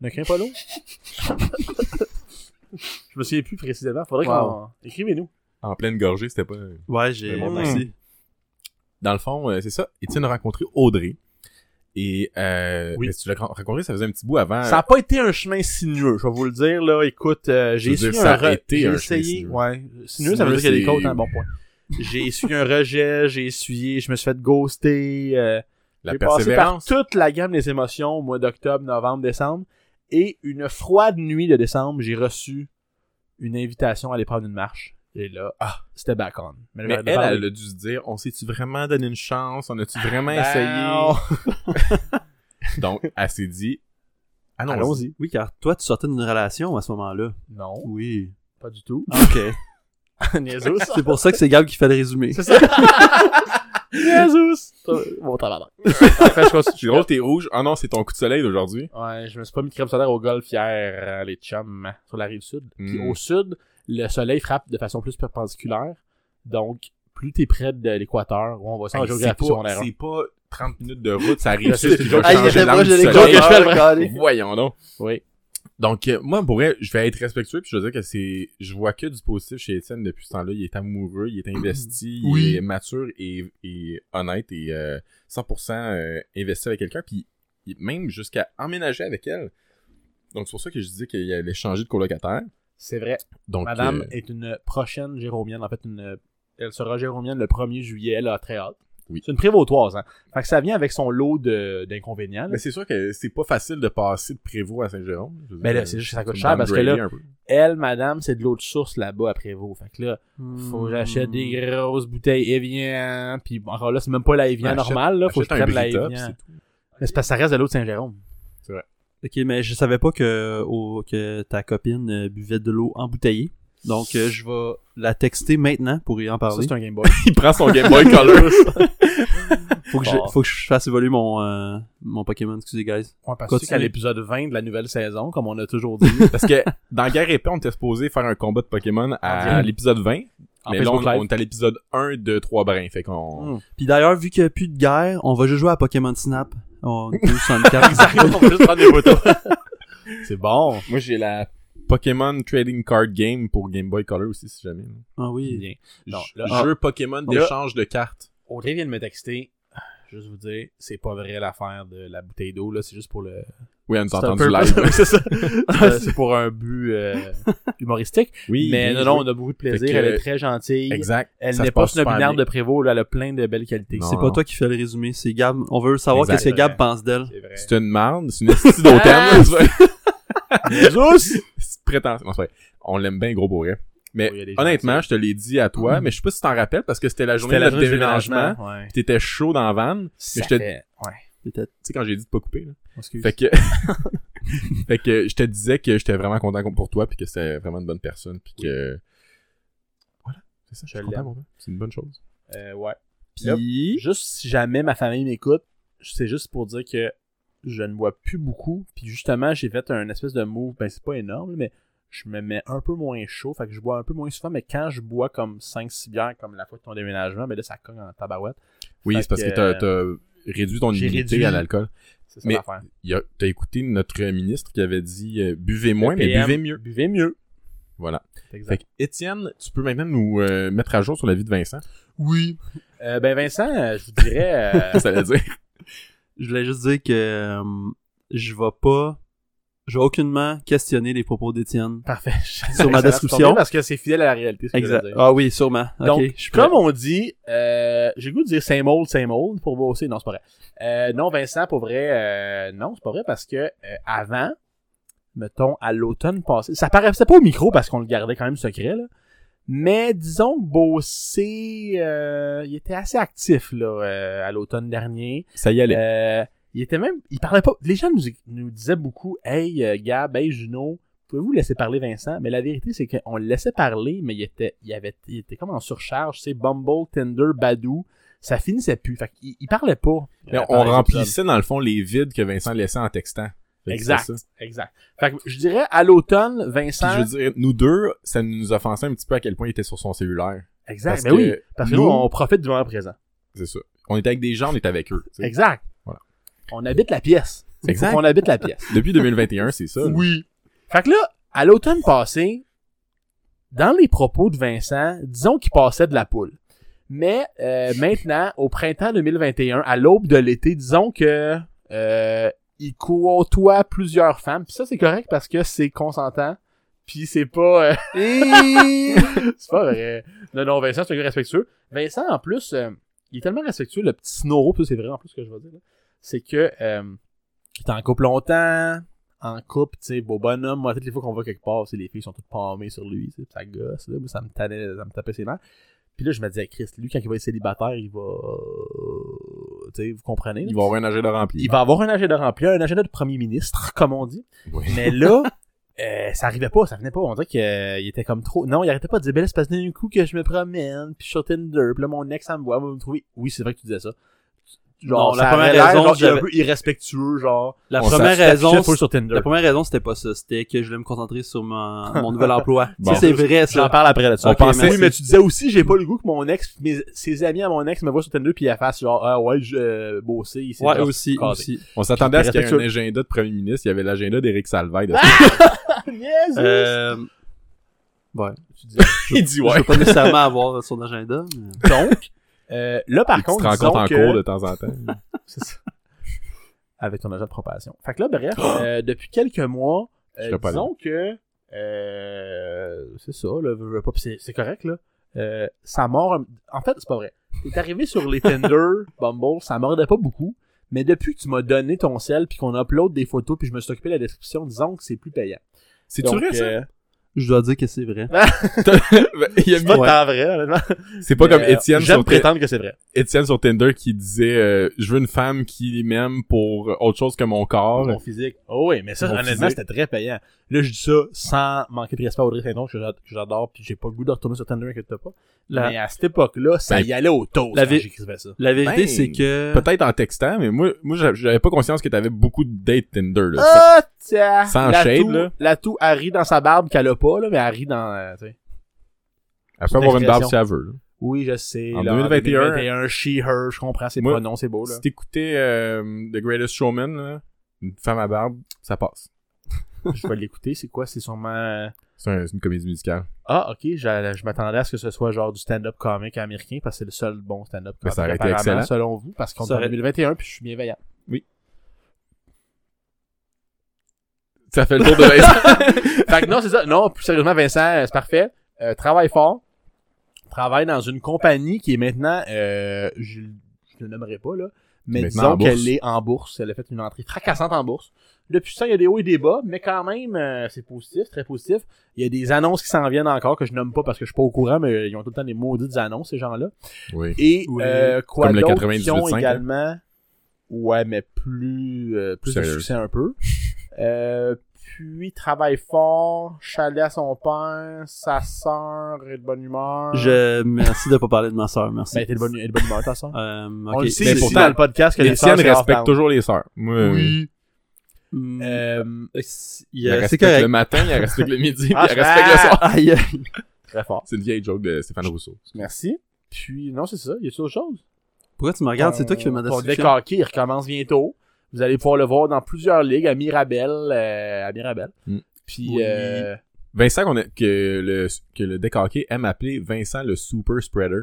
C: Ne crains pas (laughs) l'eau. je me souviens plus précisément. Faudrait
E: Wow.
C: qu'on... Écrivez-nous.
F: En pleine gorgée, c'était pas.
E: Ouais,
F: Mais
E: j'ai,
F: bon,
E: moi
C: ben,
E: aussi.
F: Dans le fond, euh, c'est ça. Étienne a rencontré Audrey. Et euh,
C: Oui.
F: ben, si tu l'as ren- rencontré, ça faisait un petit bout avant. euh,
C: Ça n'a pas été un chemin sinueux, je vais vous le dire. là. Écoute, euh, j'ai
F: veux dire,
C: essuyé
F: ça
C: un
F: a
C: re-
F: été
C: j'ai
F: un chemin
C: essayé-
F: sinueux.
C: Ouais. Sinueux, ça veut dire qu'il y a des
F: Sinueux,
C: côtes,
F: c'est-
C: hein, bon point. J'ai (laughs) essuyé un rejet, j'ai essuyé, je me suis fait ghoster. euh,
F: la
C: j'ai passé par
F: persévérance.
C: toute la gamme des émotions au mois d'octobre, novembre, décembre. Et une froide nuit de décembre, j'ai reçu une invitation à aller prendre une marche. Et là, ah, c'était back on. Mais,
F: Mais elle, elle, a dû se dire, on s'est-tu vraiment donné une chance? On a-tu vraiment
C: Ben,
F: essayé? (laughs) Donc, elle s'est dit, allons-y.
C: Allons-y.
E: Oui, car toi, tu sortais d'une relation à ce moment-là.
C: Non,
E: Oui.
C: pas du tout.
F: Ah,
E: Ok. (laughs)
C: Niaiseux, ça.
E: c'est pour ça que c'est Gab qui fait le résumé. (laughs)
C: C'est ça. Jesus! Mon tabarnak.
F: (laughs)
C: Après, je
F: C'est drôle, t'es rouge. Ah non, c'est ton coup de soleil d'aujourd'hui.
C: Ouais, je me suis pas mis de crème solaire au golf hier, euh, les chums, sur la rive sud. Puis
F: Mm.
C: au sud, le soleil frappe de façon plus perpendiculaire. Donc, plus t'es près de l'équateur, on voit ça en
F: Hey, c'est
C: géographie
F: pas,
C: secondaire.
F: c'est pas 30 minutes de route, ça arrive.
C: Je sais, c'est une joke.
E: Ah, il était proche de
C: soleil.
E: l'école.
C: Je vais le
F: Voyons donc.
C: Oui.
F: Donc, euh, moi, pour vrai, je vais être respectueux, puis je veux dire que c'est... Je vois que du positif chez Étienne depuis ce temps-là. Il est amoureux, il est investi,
E: Oui.
F: il est mature et, et honnête et euh, 100% euh, investi avec quelqu'un, puis il- même jusqu'à emménager avec elle. Donc, c'est pour ça que je disais qu'il allait changer de colocataire.
C: C'est vrai.
F: Donc,
C: Madame
F: euh,
C: est une prochaine Jérômienne. En fait, une, elle sera Jérômienne le 1er juillet. Elle a très hâte.
F: Oui.
C: C'est une prévotoise, hein. Fait que ça vient avec son lot de- d'inconvénients. là.
F: mais c'est sûr que c'est pas facile de passer de Prévost à Saint-Jérôme. Je veux
C: Mais
F: dire, euh,
C: là, c'est juste que ça coûte
F: une
C: cher parce que là,
F: downgrader un peu.
C: elle, madame, c'est de l'eau de source là-bas à Prévost. Fait que là,
E: Hmm.
C: Faut que j'achète des grosses bouteilles Evian, puis encore là, c'est même pas la Evian
F: Achète-
C: normale, là, faut que je
F: Achète un
C: prenne la
F: Brita, puis
C: Evian.
F: c'est tout.
C: Mais c'est parce que ça reste de l'eau de Saint-Jérôme.
E: Ok, mais je savais pas que, au- que ta copine euh, buvait de l'eau embouteillée. Donc, euh, je vais la texter maintenant pour y en
C: Ça,
E: parler.
C: c'est un (laughs) Game Boy.
F: Il prend son Game (laughs) Boy Color.
E: faut,
C: fort.
E: que je, faut que je fasse évoluer mon, euh, mon Pokémon, excusez, guys.
C: Ouais, parce
E: Continue.
C: que c'est à l'épisode 20 de la nouvelle saison, comme on a toujours (laughs) dit,
F: Parce que dans Guerre épée, on était supposé faire un combat de Pokémon
C: En
F: à
C: direct.
F: l'épisode 20.
C: Ah, en
F: mais là,
C: Facebook
F: on, on
C: Live.
F: est à l'épisode 1 de 3 brins. Fait qu'on.
C: Mm.
E: Puis d'ailleurs, vu qu'il n'y a plus de guerre, on va juste jouer à Pokémon Snap.
C: (laughs)
E: On est tous sur le cap.
C: on va juste prendre des photos. c'est bon.
F: Moi, j'ai la Pokémon Trading Card Game pour Game Boy Color aussi, si jamais.
E: Ah
C: (laughs)
E: oui.
C: Bien. Non,
F: J-
C: là-
F: Jeu Pokémon d'échange de cartes.
C: Audrey vient de me texter. Juste vous dire, c'est pas vrai l'affaire de la bouteille d'eau, là, c'est juste pour le...
F: Oui, on nous
C: C'est
F: entend
C: un
F: du
C: peu- (laughs)
F: live.
C: c'est ça. Euh, c'est pour un but (laughs) euh, humoristique.
F: Oui,
C: mais
F: bien
C: non, non,
F: joué.
C: on a beaucoup de plaisir,
F: Fait que-
C: elle est très gentille.
F: Exact.
C: Elle
F: Ça
C: n'est
F: se
C: pas
F: passe super
C: snobinaire
F: bien.
C: de Prévost, là, elle a plein de belles qualités.
F: Non.
E: C'est pas toi qui fais le résumé, c'est Gab. On veut savoir
F: Exact.
E: qu'est-ce que Gab pense d'elle.
C: C'est vrai.
F: C'est une marde, c'est une
C: (laughs)
F: esti d'automne. (laughs)
C: Jesus!
F: C'est prétentieux. Non, c'est vrai. On l'aime bien, gros bourré. Mais
C: Oui, il y a des gens
F: Eh, honnêtement,
C: gentils.
F: je te l'ai dit à toi,
E: Mm.
F: mais je sais pas si t'en rappelles parce que c'était la journée de notre déménagement.
C: Ouais.
F: pis T'étais chaud dans la vanne. Tu
C: Ça
F: je te-
C: fait- Ouais.
E: Peut-être.
F: sais, quand j'ai dit de pas couper, là.
C: Excuse.
F: (laughs) Fait que... fait que je te disais que j'étais vraiment content pour toi puis que c'était vraiment une bonne personne puis que voilà, c'est ça, je suis
C: Je
F: content
C: l'aime.
F: pour toi. C'est une bonne chose.
C: Euh, ouais.
F: Puis
C: Juste si jamais ma famille m'écoute, c'est juste pour dire que je ne vois plus beaucoup. Puis justement, j'ai fait un espèce de move. Ben, c'est pas énorme, mais je me mets un peu moins chaud. Fait que je bois un peu moins souvent. Mais quand je bois comme 5-6 bières, comme la fois de ton déménagement, ben là, ça cogne en tabarouette.
F: oui,
C: Fait
F: c'est parce que
C: que- euh,
F: t'as t'as réduit ton
C: J'ai
F: immunité
C: réduit.
F: à l'alcool.
C: C'est ça
F: Mais-
C: l'affaire.
F: Il y a- T'as écouté notre ministre qui avait dit euh, buvez moins mais
C: PM,
F: buvez mieux.
C: Buvez mieux.
F: Voilà.
C: Exact.
F: Fait que Étienne, tu peux maintenant nous euh, mettre à jour sur la vie de Vincent.
C: Oui. Euh, ben, Vincent, euh, je vous dirais. euh,
F: (laughs) ça veut dire.
E: Je voulais juste dire que euh, je vais pas. Je vais aucunement questionner les propos d'Étienne.
C: Parfait. (laughs)
E: Sur ma description.
C: Parce que c'est fidèle à la réalité. ce que je veux
E: Exact.
C: dire.
E: Ah oui, sûrement. Ok,
C: Donc,
E: je suis prêt.
C: comme on dit, euh, j'ai le goût de dire same old, same old pour bosser. Non, c'est pas vrai. Euh, non, Vincent, pour vrai, euh, non, c'est pas vrai parce que euh, avant, mettons, à l'automne passé, ça paraissait pas au micro parce qu'on le gardait quand même secret, là, Mais disons que Bossé, euh, il était assez actif là euh, à l'automne dernier.
F: Ça y allait.
C: Euh, il était même, il parlait pas. Les gens nous, nous disaient beaucoup, hey euh, Gab, hey Juno, pouvez-vous laisser parler Vincent Mais la vérité c'est qu'on le laissait parler, mais il était, il avait, il était comme en surcharge. C'est Bumble, Tinder, Badou, ça finissait plus. Fait qu'il il parlait pas.
F: Mais
C: euh,
F: on
C: pendant les épisodes.
F: remplissait, dans le fond, les vides que Vincent laissait en textant. Fait que
C: Exact,
F: c'est ça.
C: exact. Fait que je dirais à l'automne,
F: Puis
C: Vincent.
F: je veux dire, nous deux, ça nous offensait un petit peu à quel point il était sur son cellulaire.
C: exact.
F: parce
C: Mais
F: que
C: oui, parce que nous,
F: nous-
C: on profite du moment présent.
F: C'est ça. On était avec des gens, on était avec eux. tu sais.
C: Exact.
F: Voilà.
C: On habite la pièce. Il faut
F: Exact.
C: qu'on habite la pièce.
F: Depuis 2021, c'est ça. là.
C: oui. Fait que là, à l'automne passé, dans les propos de Vincent, disons qu'il passait de la poule. Mais euh, maintenant, au printemps 2021, à l'aube de l'été, disons que euh, il côtoie plusieurs femmes. Puis ça, c'est correct parce que c'est consentant. Puis c'est pas... euh, c'est pas vrai. Non, non, Vincent, c'est un gars respectueux. Vincent, en plus, euh, il est tellement respectueux, le petit Snoro, puis ça, c'est vrai en plus ce que je veux dire, là, c'est que euh, il est en couple longtemps, en couple, tu sais, beau bonhomme. Moi, toutes les fois qu'on va quelque part, tu sais, les filles sont toutes palmées sur lui, tu sais, ça gosse, là, Moi, ça me tannait, ça me tapait ses nerfs. Puis là, je me disais, Christ, lui, quand il va être célibataire, il va... euh, Tu sais, vous comprenez? là?
F: Ils vont avoir un agenda rempli.
C: Il va avoir un agenda rempli, un agenda de premier ministre, (laughs) comme on dit.
F: Oui.
C: Mais
E: (laughs)
C: là, euh, ça arrivait pas, ça venait pas. On dirait qu'il était comme trop. Non, il arrêtait pas de dire, ben là, c'est parce que d'un coup que je me promène, puis je suis sur Tinder, puis là, mon ex, ça me voit, elle va me trouver. Oui, c'est vrai que tu disais ça.
E: Non, la
C: ça
E: première
C: avait l'air,
E: raison,
C: genre, il est un
E: j'avais-
C: peu irrespectueux, genre.
E: La
F: On
E: première
C: s'affiche
E: raison,
C: full sur Tinder.
E: la première raison, c'était pas ça. C'était que je voulais me concentrer sur mon,
C: (laughs)
E: mon nouvel emploi. Ça, c'est vrai,
C: J'en
E: ça.
C: parle après là-dessus.
E: On pensait-
C: Oui, mais tu disais aussi, j'ai pas le goût que mon ex, mes, ses amis à mon ex me voient sur Tinder, puis elle fasse genre, ah ouais, je euh, bossé, il s'est
E: Ouais,
C: genre
E: aussi,
C: casé.
E: aussi.
F: On s'attendait à ce qu'il y ait un
C: Respectueux.
F: agenda de premier ministre. Il y avait l'agenda d'Éric Salvaille.
C: Ah, (laughs)
F: De
C: Yes, yes.
E: Euh, ouais.
C: Tu disais-
F: il dit
E: Je veux pas nécessairement avoir son agenda. mais-
C: Donc, euh, là, par
F: Par contre,
C: contre,
F: tu te
C: disons
F: rencontres en
C: que-
F: cours de temps en temps.
C: C'est ça. (laughs) Avec ton agent de propagation. Fait que là, (gasps) bref, euh, depuis quelques mois, euh,
F: J'étais pas
C: disons que euh, c'est ça, là, veux, veux pas, pis c'est c'est correct, là. Euh, ça mord. un- En fait, c'est pas vrai. T'es arrivé sur (laughs) les Tinder, Bumble, ça mordait pas beaucoup. Mais depuis que tu m'as donné ton sel puis qu'on upload des photos puis je me suis occupé de la description, disons que c'est plus payant.
F: C'est
C: Donc,
F: vrai,
C: (laughs)
F: ça?
C: euh,
E: Je dois dire que c'est vrai.
F: Il a
C: C'est
F: mis-
C: pas tant vrai, honnêtement.
F: C'est pas comme
C: Mais, euh,
F: Étienne
C: J'aime
F: sur, Ti-
C: prétendre que c'est vrai.
F: Étienne sur Tinder qui disait euh, Je veux une femme qui m'aime pour autre chose que mon corps.
C: Mon physique. Oh oui, mais ça,
F: Mon
C: honnêtement,
F: physique.
C: c'était très payant. Là, je dis ça sans manquer de respect à Audrey Saint-Onge, que j'a- que j'adore, puis j'ai pas le goût de retourner sur Tinder, inquiète pas.
E: La-
C: Mais à cette époque-là, ça
F: Ben,
C: y allait au toast
E: la
C: quand
E: vie-
C: j'écrivais ça.
E: La vérité,
F: Ben,
E: c'est que...
F: Peut-être en textant, mais moi, moi j'a- j'avais pas conscience que t'avais beaucoup de dates Tinder. Là.
C: Ah, tiens!
F: Sans
C: la
F: shade,
C: toux-
F: là.
C: La toux, elle rit dans sa barbe qu'elle a pas, là, mais elle rit dans, euh, tu sais.
F: Elle peut avoir une barbe
C: expression.
F: si elle veut. là.
C: Oui, je sais.
F: En
C: là,
F: 2021.
C: 2021, she, her, je comprends ses
F: Moi,
C: pronoms, c'est beau, Oh, là.
F: Si t'écoutais euh, The Greatest Showman, là, une femme à barbe, ça passe.
C: je vais l'écouter, c'est quoi? C'est sûrement... euh,
F: C'est un- c'est une comédie musicale.
C: Ah, ok, j'a- je m'attendais à ce que ce soit genre du stand-up comique américain, parce que c'est le seul bon stand-up
F: Mais
C: comique,
F: ça aurait été
C: apparemment,
F: excellent.
C: selon vous, parce qu'on est
E: Ça
C: en
E: aurait-
C: 2021, puis je suis bienveillant.
F: Ça fait le tour
C: (laughs)
F: de (laughs) Vincent.
C: (laughs) fait que non, c'est ça. Non, plus sérieusement, Vincent, euh, c'est parfait. Euh, travaille fort. Travaille dans une compagnie qui est maintenant, euh, je, je ne nommerai pas, là. Mais
F: Maintenant
C: disons
F: en bourse.
C: qu'elle est en bourse. Elle a fait une entrée fracassante en bourse. Depuis ça, il y a des hauts et des bas, mais quand même, euh, c'est positif, très positif. Il y a des annonces qui s'en viennent encore que je nomme pas parce que je suis pas au courant, mais euh, ils ont tout le temps des maudites annonces, ces gens-là.
F: oui.
C: Et
E: Oui.
C: euh, quoi
F: Comme le
C: d'autre qui ont
F: 98.5, hein?
C: également ouais mais plus euh, plus de
F: Sérieux.
C: succès un peu (laughs) euh, puis travaille fort chalet à son père sa sœur est de bonne humeur
E: Je... Merci de pas parler de ma sœur, merci.
C: mais Ben, t'es de bonne elle est de bonne humeur ta sœur
E: Euh,
C: on
E: ok.
C: le
F: Mais
C: sait
F: pourtant,
C: ici dans le podcast que les sœurs
F: Étienne
C: c'est hors
F: respecte
C: norme.
F: toujours les sœurs. Moi, euh,
C: oui
E: Hmm.
C: euh,
E: Il,
F: Il
E: euh, C'est
F: respecte
E: correct.
F: le matin,
C: (laughs)
F: il respecte le midi, puis
C: Ah,
F: (laughs) il respecte le
C: ah!
F: soir.
E: Aïe, aïe.
C: très fort
F: C'est une vieille joke de Stéphane Rousseau.
C: merci puis non c'est ça y a autre chose
E: Pourquoi tu me regardes? C'est toi qui fais ma
C: Ton- Ton
E: description.
C: décaqué, il recommence bientôt. Vous allez pouvoir le voir dans plusieurs ligues à Mirabel. euh, à Mirabel.
F: Mm.
C: Puis,
E: Oui.
C: euh,
F: Vincent qu'on a- que le que le décaqué aime appeler Vincent le super spreader.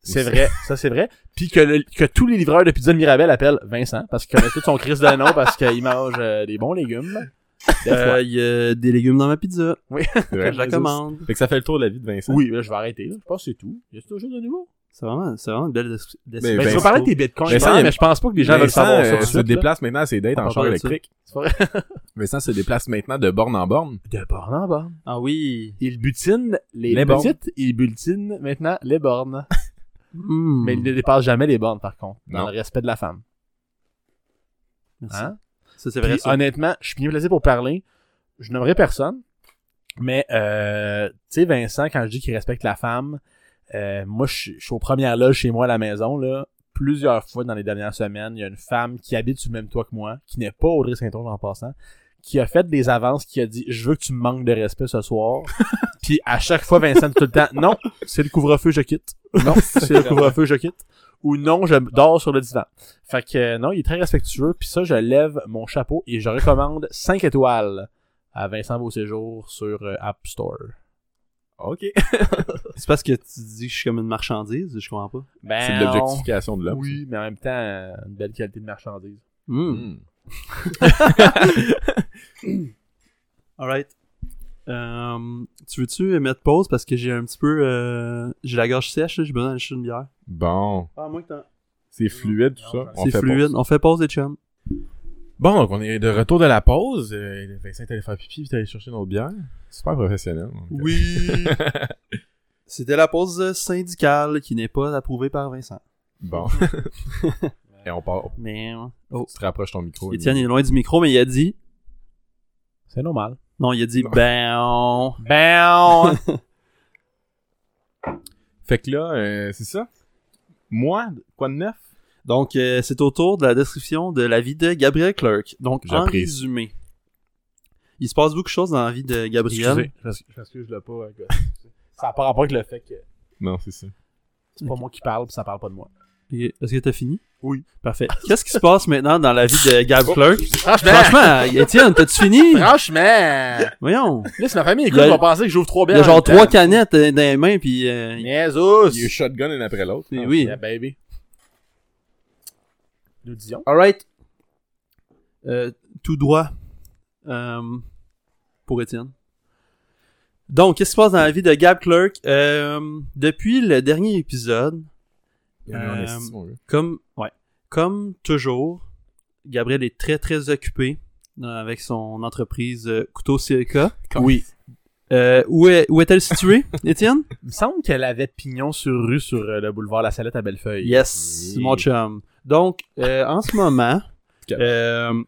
C: c'est
F: Aussi.
C: vrai. Ça, c'est vrai. Puis que, le- que tous les livreurs de pizza de Mirabel appellent Vincent parce qu'ils connaissent tout son Chris de nom parce qu'il mange euh, des bons légumes. Des fois.
E: Euh, Il y a des légumes dans ma pizza.
F: C'est
E: Je
F: vrai.
E: la commande.
F: Fait que ça fait le tour de la vie de Vincent.
C: ben, oui, là, je vais arrêter. Là. Je pense que c'est tout. Y a toujours de nouveau?
E: C'est vraiment, c'est vraiment une belle description.
F: Mais
C: Ben, tu
F: Vincent-
C: vas parler de tes bitcoins,
F: Vincent,
C: hein,
F: il y a-
C: mais je pense pas que les gens
F: Vincent
C: veulent savoir ça.
F: euh,
C: tout de
F: se
C: suite, là.
F: déplace maintenant à ses
E: On
F: dates en
E: parle
F: char
E: de ça.
F: électrique.
C: C'est vrai.
F: (laughs) Vincent se déplace maintenant de borne en borne.
C: De borne en borne.
E: Ah oui.
C: Il butine les,
F: Les bornes.
C: petites, il butine maintenant les bornes.
E: Hmm.
C: Mais il ne dépasse jamais les bornes, par contre, dans
F: Non.
C: le respect de la femme.
E: Merci.
C: Hein?
E: Ça, c'est vrai.
C: Puis,
E: Ça.
C: honnêtement, je suis bien placé pour parler. Je nommerai personne. Mais, euh, tu sais, Vincent, quand je dis qu'il respecte la femme, euh, moi, je suis- je suis aux premières loges chez moi à la maison, là. Plusieurs fois dans les dernières semaines, il y a une femme qui habite sur le même toit que moi, qui n'est pas Audrey Saint-Onge en passant, qui a fait des avances, qui a dit « Je veux que tu me manques de respect ce
E: (laughs)
C: soir. » Puis à chaque fois, Vincent dit tout le temps « Non, c'est le couvre-feu, je quitte. Non, (laughs) c'est le couvre-feu, je quitte. » Ou « Non, je dors sur le divan. » Fait que euh, non, il est très respectueux. Puis ça, je lève mon chapeau et je recommande 5 étoiles à Vincent Beauséjour sur euh, App Store.
F: OK.
E: C'est parce que tu dis que je suis comme une marchandise, je comprends pas.
C: Ben,
F: C'est de l'objectification de l'homme.
C: Oui, mais en même temps, euh, une belle qualité de marchandise.
E: Hmm.
F: Mm. Hmm.
E: (laughs) Alright. Euh, tu veux-tu mettre pause parce que j'ai un petit peu. euh, j'ai la gorge sèche, là, j'ai besoin d'aller chercher une bière.
F: Bon,
E: Ah, moi que t'en.
F: c'est fluide tout ça. On
E: C'est
F: fait
E: fluide.
F: pause.
E: On fait pause, les chums.
F: Bon, donc on est de retour de la pause. Euh, Vincent est allé faire pipi, puis est allé chercher une autre bière. Super professionnel. donc, euh, (laughs)
E: Oui! C'était la pause syndicale qui n'est pas approuvée par Vincent. (laughs)
F: Bon. (laughs) Et on part.
E: Mais. Oh.
F: Tu te rapproches ton micro.
E: Étienne est loin du micro, mais il a dit.
C: C'est normal.
E: Non, il a dit ben.
C: Ben!
F: Fait que là, euh, c'est ça. Moi, quoi de neuf?
E: Donc, euh, c'est au tour de la description de la vie de Gabriel Clerk. Donc, en
F: J'apprécie.
E: résumé, il se passe beaucoup de choses dans la vie de Gabriel.
C: Excusez, je m'excuse- je m'excuse, je l'ai pas. euh, gars. Ça n'a pas rapport avec le fait que
F: Non, c'est ça.
C: c'est pas moi qui parle puis ça parle pas de moi.
E: Ok, Est-ce que t'as fini?
C: Oui.
E: Parfait. (laughs) Qu'est-ce qui se passe maintenant dans la vie de Gab
C: Oh,
E: Clerk?
C: Franchement!
E: Franchement, Étienne,
C: (laughs)
E: t'as-tu fini?
C: Franchement!
E: Voyons.
C: Là, si ma famille
E: Il
C: écoute,
E: y a-
C: ils vont penser que j'ouvre trois
E: Il
C: bières.
E: y a
C: en
E: genre
C: même temps.
E: trois canettes euh, dans les mains, puis... euh,
F: Il y a eu
C: Jesus!
F: shotgun une après l'autre.
E: puis oui.
C: Yeah, baby. Nous disions.
E: Alright. Euh, tout droit. Euh, pour Étienne. Donc, qu'est-ce qui se passe dans la vie de Gab Clerk? Euh, depuis le dernier épisode,
F: Il y en a eu un
E: Euh,
F: esti, mon gars.
E: Comme, ouais. Comme toujours, Gabriel est très très occupé euh, avec son entreprise euh, Couteau Silica.
C: Oui.
E: Euh, où est, où est-elle (laughs) située, Étienne?
C: Il me semble qu'elle avait pignon sur rue sur euh, le boulevard La Salette à Bellefeuille.
E: Yes,
C: Oui.
E: mon chum. Donc, euh, en ce moment, (laughs)
F: Gab.
E: euh,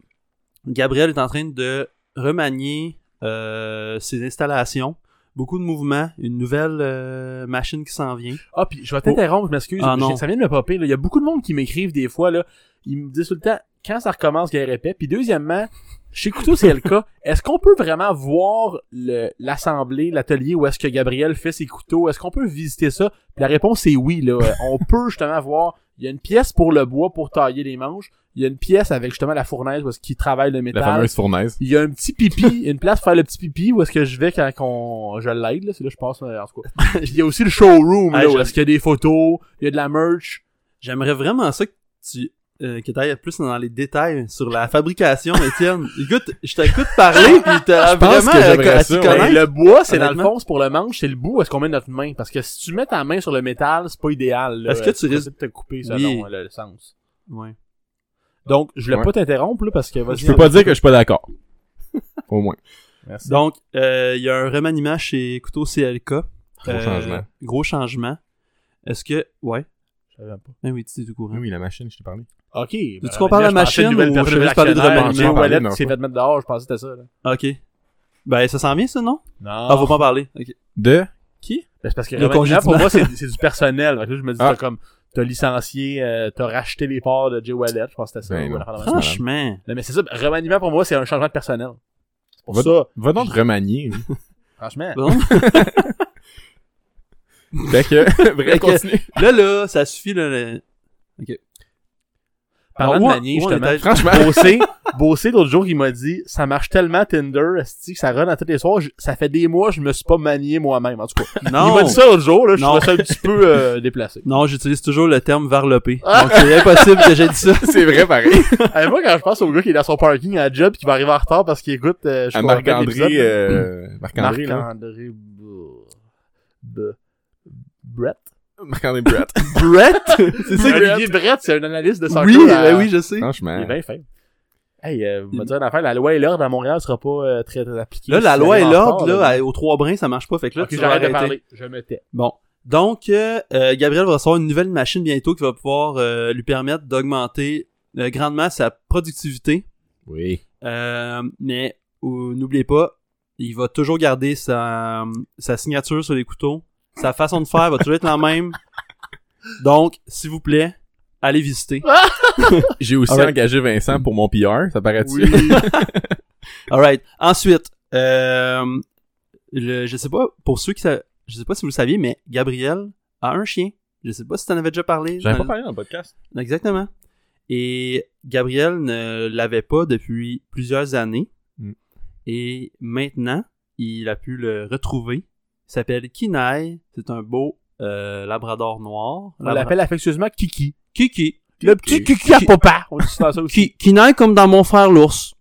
E: Gabriel est en train de remanier euh, ses installations. Beaucoup de mouvements, une nouvelle euh, machine qui s'en vient.
C: Ah, puis je vais t'interrompre, je m'excuse.
E: Ah, non.
C: J'ai- ça vient de me popper. là. Il y a beaucoup de monde qui m'écrivent des fois. là. Ils me disent tout le temps quand ça recommence qu'il répète. Puis deuxièmement, chez Couteau c'est le cas. Est-ce qu'on peut vraiment voir le- l'assemblée, l'atelier où est-ce que Gabriel fait ses couteaux? Est-ce qu'on peut visiter ça? Puis la réponse est oui. Là. Euh, On (laughs) peut justement voir. Il y a une pièce pour le bois pour tailler les manches. Il y a une pièce avec justement la fournaise où est-ce qu'il travaille le
F: La
C: métal.
F: fameuse fournaise.
C: Il y a un petit pipi, une place pour faire le petit pipi où est-ce que je vais quand qu'on je l'aide là, c'est là que je passe euh, en tout
E: (laughs)
C: cas. Puis il y a aussi le showroom
E: Ah,
C: là où
E: je-
C: est-ce qu'il y a des photos, il y a de la merch.
E: J'aimerais vraiment ça que tu euh, que t'ailles plus dans les détails sur la fabrication, (laughs) Étienne. Écoute, je t'écoute parler puis t'as
F: pense
E: vraiment
F: que
E: euh,
F: j'aimerais
E: à t'y
F: ça, ouais.
E: connaître.
C: Et Ben, le bois, c'est dans le
E: Honnêtement.
C: fond, c'est pour le manche, c'est le bout où est-ce qu'on met notre main parce que si tu mets ta main sur le métal, c'est pas idéal là.
E: Est-ce que tu
C: peux
E: risques-
C: de te couper selon
E: Oui.
C: euh, le sens.
E: Ouais.
C: Donc, je voulais
F: Ouais.
C: pas t'interrompre là parce que vas-y,
F: Je peux pas dire que je suis pas (laughs) d'accord. Au moins.
C: Merci.
E: Donc, euh, il y a un remaniement chez Couteau CLK.
F: Gros
E: Euh,
F: changement.
E: Gros changement. Est-ce que... Ouais.
C: Je savais pas.
E: Ben oui, tu es au courant.
F: Oui, oui, la machine, je t'ai parlé.
C: OK. ben, Tu
E: compares la machine ou je veux juste parler de remaniement?
F: Non,
C: c'est fait mettre dehors, je pensais que c'était ça là.
E: OK. Ben, ça s'en vient, ça, non?
C: Non.
E: Ah, faut pas en parler. OK.
F: De?
C: Ben, c'est parce que
E: Le
C: remaniement,
E: congédiement.
C: pour moi, c'est c'est du personnel. Fait que là, je me dis,
F: Ah.
C: t'as comme, t'as licencié, euh, t'as racheté les parts de Jay Wallet, je pense que c'était ça.
F: Ben
C: ou
F: non.
C: une affaire de même.
F: malade.
E: Franchement.
C: Non, mais c'est ça, ben, remaniement pour moi, c'est un changement de personnel. C'est pour
F: Va-
C: ça,
F: Va donc remanier. hein. lui.
C: franchement.
F: Bah,
E: Bon.
F: fait (laughs) que, bref,
E: Fait que-
F: continue.
E: là, là, ça suffit, là. le-
C: Parlant
E: Ah,
F: bah,
C: de
E: ouais,
C: manier,
E: ouais,
C: justement.
F: (laughs)
E: t'as-
F: Franchement.
C: Bossé, Bossé, l'autre jour, il m'a dit, ça marche tellement Tinder, esti, que ça run à tous les soirs, je- ça fait des mois, je me suis pas manié moi-même, en tout cas. Il
E: Non.
C: m'a dit ça l'autre jour, là, je
E: Non.
C: trouvais ça un petit peu,
F: (laughs)
C: euh, déplacé.
E: Non, j'utilise toujours le
C: (laughs)
E: terme varlopé. Donc, c'est impossible que j'ai dit ça.
F: C'est vrai, pareil.
C: Et Eh, moi, quand je pense au gars qui est dans son parking à la job, qui va arriver en retard parce qu'il écoute, euh, je
F: À
C: crois, l'épisode,
F: Marc-André,
C: là.
F: euh, Marc-André, là.
C: Marc-André B- B- Brett
F: Marc-André (laughs) Brett.
E: Brett? (laughs) c'est ça que...
C: Olivier Brett, c'est un analyste de soccer.
E: Oui,
C: à-
E: ben oui, je sais.
C: Il
F: Hein?
C: est
F: Franchement.
C: bien fait. Hey, euh, vous me dire une affaire, la loi et l'ordre à Montréal sera pas euh, très, très appliquée.
E: Là, la
C: Si vous
E: loi et
C: allez en
E: l'ordre,
C: retard,
E: là, à- aux trois brins, ça marche pas. Fait que là,
C: Ok,
E: tu vas
C: j'arrête de
E: arrêter.
C: parler. Je me tais.
E: Bon. Donc, euh, euh, Gabriel va recevoir une nouvelle machine bientôt qui va pouvoir euh, lui permettre d'augmenter euh, grandement sa productivité.
F: Oui.
E: Euh, mais euh, n'oubliez pas, il va toujours garder sa, sa signature sur les couteaux. Sa façon de faire va toujours être la même. Donc, s'il vous plaît, allez visiter.
F: J'ai aussi
E: Ah ouais.
F: engagé Vincent pour mon PR, ça paraît-tu?
E: (laughs) Alright. Ensuite, euh, le, je sais pas, pour ceux qui sa- je sais pas si vous le saviez, mais Gabriel a un chien. Je sais pas si t'en avais déjà parlé.
F: J'avais
E: dans
F: pas parlé dans le podcast.
E: le- Exactement. Et Gabriel ne l'avait pas depuis plusieurs années.
F: Mm.
E: Et maintenant, il a pu le retrouver. Il s'appelle Kinai. C'est un beau euh, labrador noir.
C: On
E: Labra-
C: l'appelle affectueusement Kiki.
E: Kiki.
C: Le petit Kiki à papa. On dit ça ça aussi.
E: Ki- Kinai comme dans Mon frère l'ours.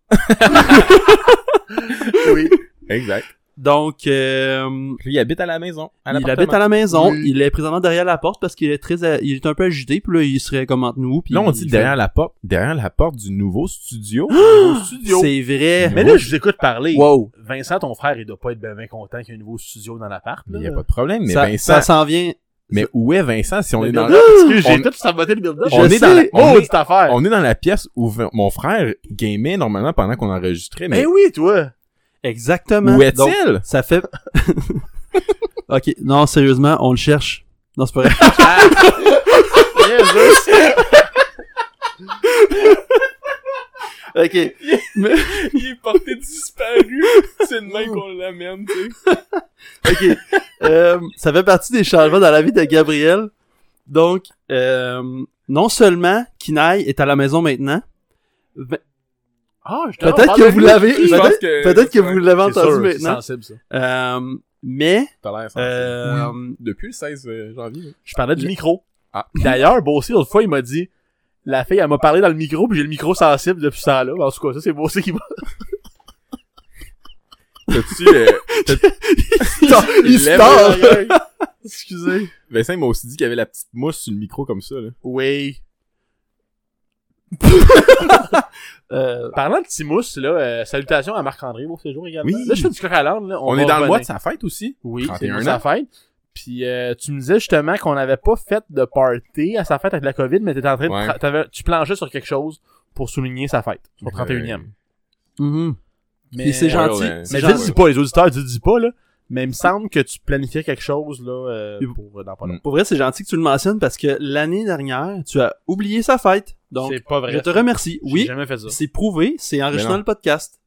F: Oui. (laughs) Exact.
E: Donc, euh,
F: Puis il habite à la maison. À
E: il habite à la maison,
C: Oui.
E: il est présentement derrière la porte parce qu'il est très, à- il est un peu agité, puis là il serait comme entre nous. Puis
F: Là,
E: il
F: on dit
E: fait-
F: derrière la porte, derrière la porte du
E: (gasps)
F: nouveau studio. nouveau studio.
E: C'est vrai.
C: Mais là, je vous écoute parler.
E: wow,
C: Vincent, ton frère, il doit pas être bien content qu'il y ait un nouveau studio dans l'appart.
F: Il
C: là.
F: n'y a pas de problème, mais
E: ça,
F: Vincent.
E: ça s'en vient.
F: Mais où est Vincent si on
C: Le
F: est dans
C: build-up, parce que
F: on-
C: J'ai tout saboté le build-up.
F: on
E: Je
F: est dans la-
E: sais.
F: on
C: Oh,
F: est-
C: cette affaire.
F: on est dans la pièce où v- mon frère gamait normalement pendant qu'on enregistrait, mais
C: Mais Eh oui, toi.
E: Exactement.
F: où
E: Donc,
F: est-il?
E: ça fait. (laughs) ok, non sérieusement, on le cherche. Non c'est pas vrai. ok.
F: Il est porté disparu. C'est de même qu'on l'amène, tu sais.
E: Euh, ça fait partie des changements dans la vie de Gabriel. Donc, euh, non seulement Kinai est à la maison maintenant, mais-
C: Ah, je
E: Peut-être que vous l'avez- peut-être- peut-être que vous l'avez
C: C'est sûr,
E: entendu
C: c'est
E: maintenant,
C: sensible, ça.
E: Euh, mais euh,
F: Depuis le 16 janvier.
C: Je parlais du micro.
F: Ah.
C: D'ailleurs, Bossy, l'autre fois, il m'a dit, la fille, elle m'a parlé dans le micro, puis j'ai le micro sensible depuis ça, là. En tout cas, ça, c'est Bossy qui m'a...
F: (laughs) T'as-tu, euh, (laughs)
C: il
F: lève
C: se
F: l'oreille?
C: Excusez.
F: Vincent il m'a aussi dit qu'il y avait la petite mousse sur le micro comme ça, là.
C: (laughs) Oui.
E: euh,
C: Parlant de Timousse, là, euh, salutations à Marc-André pour ce jour également.
F: Oui.
C: Là, je fais du coq à l'âne, là.
F: On,
C: va
F: est dans le mois
C: revenir.
F: de sa fête aussi.
C: Oui, c'est
F: 31
C: pour sa
F: ans.
C: fête. Puis euh, tu me disais justement qu'on n'avait pas fait de party à sa fête avec la COVID, mais t'étais en train de
F: Ouais.
C: tra- t'avais- tu planchais sur quelque chose pour souligner sa fête, son 31e.
E: mhm.
C: Mais
E: Puis c'est
F: Ouais,
E: gentil. c'est
F: ouais.
C: Mais
F: Euh, C'est
C: dis,
E: gentil.
F: genre-
C: dis pas, les auditeurs, dis, dis pas, là. Mais il me semble que tu planifiais quelque chose, là, euh, pour euh, dans pas longtemps.
E: Pour vrai, c'est gentil que tu le mentionnes parce que l'année dernière, tu as oublié sa fête. Donc,
C: C'est pas vrai.
E: je te remercie.
C: J'ai
E: Oui,
C: jamais fait ça.
E: c'est prouvé, c'est enrichant
F: Mais non.
E: le podcast.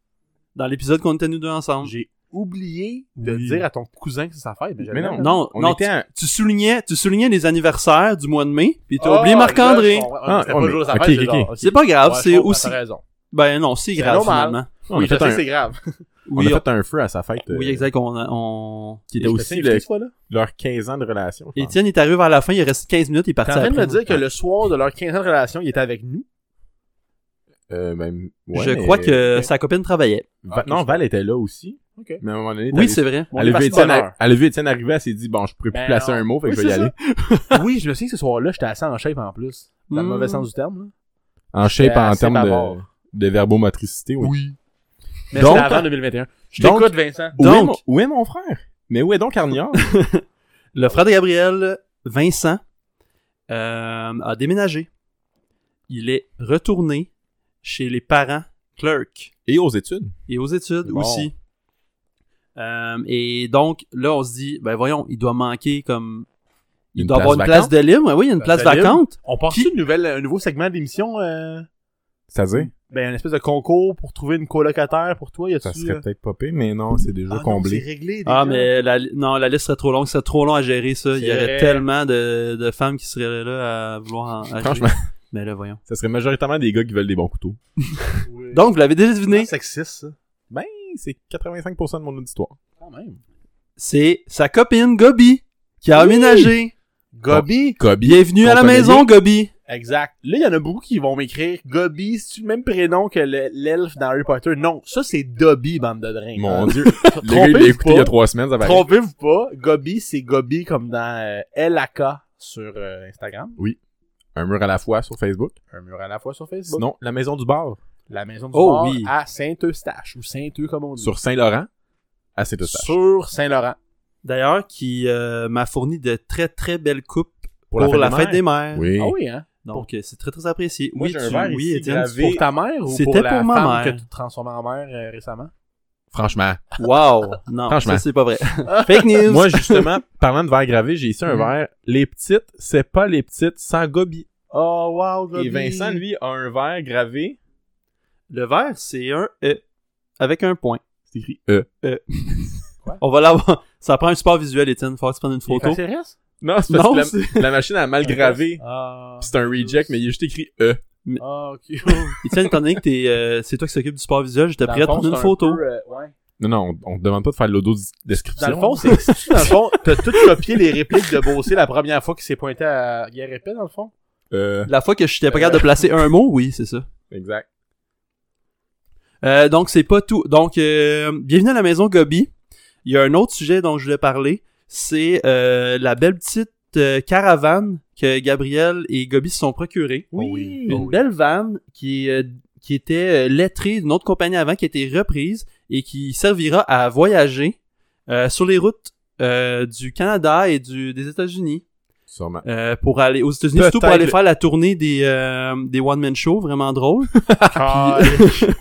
E: Dans l'épisode qu'on était nous deux ensemble.
C: J'ai oublié de
E: Oui.
C: dire à ton cousin que c'est sa fête. Mais, j'avais
F: Mais non.
C: jamais-
E: Non,
F: On
E: non,
F: était
E: tu,
F: à-
E: tu soulignais, tu soulignais les anniversaires du mois de mai, puis t'as
C: Oh,
E: oublié Marc-André.
C: là, je comprends.
F: Ah,
C: C'était pas
F: ouais,
C: le jour de sa
F: mais-
C: fête,
F: ok,
C: c'est
F: ok.
C: genre,
E: C'est pas grave,
C: Ouais, je
E: c'est
C: comprends,
E: aussi.
C: t'as raison.
E: Ben non, c'est
C: C'est
E: grave
C: normal.
E: finalement.
F: on,
C: Oui, je
F: a fait
C: sais que
F: un,
C: c'est grave.
F: on
E: Oui,
F: a fait un feu à sa fête.
E: on- oui,
F: euh,
E: exact. On, on...
F: Qui était
C: Je
F: aussi
C: t'ai invité,
F: le-
C: toi, là.
F: leurs 15 ans de relation. je pense.
E: Étienne est arrivé vers la fin, il reste 15 minutes, il est
C: T'es
F: Ah,
E: parti
C: en train de me
E: après.
C: dire que le soir de leur 15 ans de relation, il était avec nous.
F: Euh, même, ouais,
E: Je
F: mais-
E: crois
F: (laughs)
E: que sa copine travaillait.
F: Va-
C: Ah, ok,
F: non,
C: c'est
F: Val était là aussi.
C: Ok.
F: Mais à un moment donné,
E: Oui,
F: t'as-
E: c'est vrai.
C: Bon, il
F: elle a vu
C: est parti
F: Étienne
C: de bonne
F: arri- elle a vu Étienne arriver, elle s'est dit, bon, je pourrais plus
C: Ben
F: placer
C: non.
F: un mot, fait que
C: Oui,
F: je vais y
C: c'est
F: aller.
C: heure. oui, je me souviens que ce soir-là, j'étais assez en shape en plus. Dans le
E: Hmm.
C: mauvais sens du terme. là.
F: En shape,
C: J'étais
F: en
C: assez
F: termes de,
C: Ben, bavard.
F: de verbomotricité, oui.
C: Mais
F: Donc-
C: c'était avant 2021. Je
F: Donc-
C: t'écoute, Vincent.
F: Où, est
E: Donc-
F: mon, où est mon frère? Mais où est donc Arniard?
E: Le frère de Euh, Gabriel, Vincent, euh, a déménagé. Il est retourné chez les parents Clerk
F: (laughs) Et aux études.
E: et aux études
F: Bon.
E: aussi. Euh, et donc, là, on se dit, ben voyons, il doit manquer comme. Il
F: Une
E: doit avoir une
F: place
E: place de libre. Ouais, Oui, il y a une
C: Place
E: place,
C: de libre.
E: vacante.
C: On part
E: Qui-
C: une nouvelle, un nouveau segment d'émission, euh,
F: C'est-à-dire?
C: ben, une espèce de concours pour trouver une colocataire pour toi. Y a-tu,
F: Ça serait
C: euh,
F: peut-être popé, mais non, c'est déjà
C: ah non,
F: comblé.
C: c'est réglé.
E: Ah,
C: déjà.
E: mais la, non, la liste serait trop longue. C'est trop long à gérer, ça. Il y
C: C'est
E: aurait
C: vrai.
E: tellement de, de femmes qui seraient là à vouloir en à
F: Franchement.
E: gérer. Mais là, voyons.
F: Ça serait majoritairement des gars qui veulent des bons couteaux.
C: Oui.
E: Donc, vous l'avez déjà deviné.
C: C'est sexiste, ça.
F: Hey, C'est 85% de mon auditoire.
C: Quand même.
E: c'est sa copine Gobi qui a aménagé.
C: Gobi.
F: Kobe.
E: Bienvenue à la
F: Qu'on connaît
E: maison, Gobi.
C: Exact. Là, il y en a beaucoup qui vont m'écrire Gobi, c'est-tu le même prénom que le- l'elfe dans Harry Potter? Non, ça, c'est Dobby, bande de Hein? drain.
F: Mon dieu. Le gars, il l'a écouté il y a trois semaines, ça va
C: Trompez-vous pas, Gobi, c'est Gobi comme dans euh, LAK sur euh, Instagram,
F: Un mur à la fois sur Facebook.
C: un mur à la fois sur Facebook,
F: Sinon, la maison du bar.
C: la maison du
F: Oh,
C: Sport
F: oui.
C: à Saint-Eustache ou Saint-Eu comme on dit.
F: Sur Saint-Laurent. À Saint-Eustache.
C: Sur Saint-Laurent.
E: D'ailleurs, qui euh, m'a fourni de très très belles coupes pour, la, fête, des mères.
F: Oui.
C: Ah oui, hein?
E: Donc, euh, c'est très très apprécié.
F: Moi,
E: oui,
F: j'ai un
E: tu-
F: verre
E: oui,
F: ici
E: Étienne,
F: gravé.
C: Pour ta mère ou
E: C'était
C: pour la
E: pour ma
C: femme
E: mère.
C: que tu te transformes en mère euh, récemment?
F: Franchement.
E: Wow! Non,
F: Franchement.
E: ça c'est pas
F: (laughs)
E: vrai. Fake news!
F: Moi, justement, parlant de verre gravé, j'ai ici un
E: Mhm.
F: verre. Les petites, c'est pas les petites sans gobi.
C: Oh, wow,
F: Et Vincent, lui, a un verre gravé.
E: Le verre, c'est un E avec un point.
F: C'est écrit E. (laughs)
E: On va l'avoir. Ça prend un support visuel, Étienne. Faut que tu prennes une photo.
F: Non, c'est
E: Non,
F: parce que la, la
C: (laughs)
F: machine a mal gravé.
C: Ah,
F: C'est un reject, mais il est juste écrit E.
C: Ah,
F: (laughs)
C: ok.
E: Étienne, étant donné que t'es, euh, c'est toi qui s'occupe du support visuel, je te
C: Dans
E: prie
C: le
E: à
C: fond,
E: prendre une
F: E.
C: c'est un
E: photo.
C: peu, euh, ouais.
F: Non, non, on, on te demande pas de faire l'audio-description.
C: Dans le fond, c'est, c'est-tu dans le
E: (laughs)
C: fond, t'as tout copié les répliques de Bossé la première fois qu'il s'est pointé à Guerre épée, dans le fond.
F: Euh,
E: La fois que je n'étais pas capable de placer un mot, oui, c'est ça.
F: exact.
E: Euh, donc, c'est pas tout. Donc, euh, bienvenue à la maison Gobi. Il y a un autre sujet dont je voulais parler. C'est euh, la belle petite euh, caravane que Gabriel et Gobi se sont procurés.
C: Oui. Oh oui.
E: Une
C: Oh oui.
E: belle vanne qui, euh, qui était euh, lettrée d'une autre compagnie avant, qui a été reprise et qui servira à voyager euh, sur les routes euh, du Canada et du, des États-Unis.
F: Sûrement.
E: Euh, pour aller aux États-Unis, surtout pour
F: Peut-être
E: aller
F: le-
E: faire la tournée des, euh, des one-man shows, vraiment drôle.
C: Ah,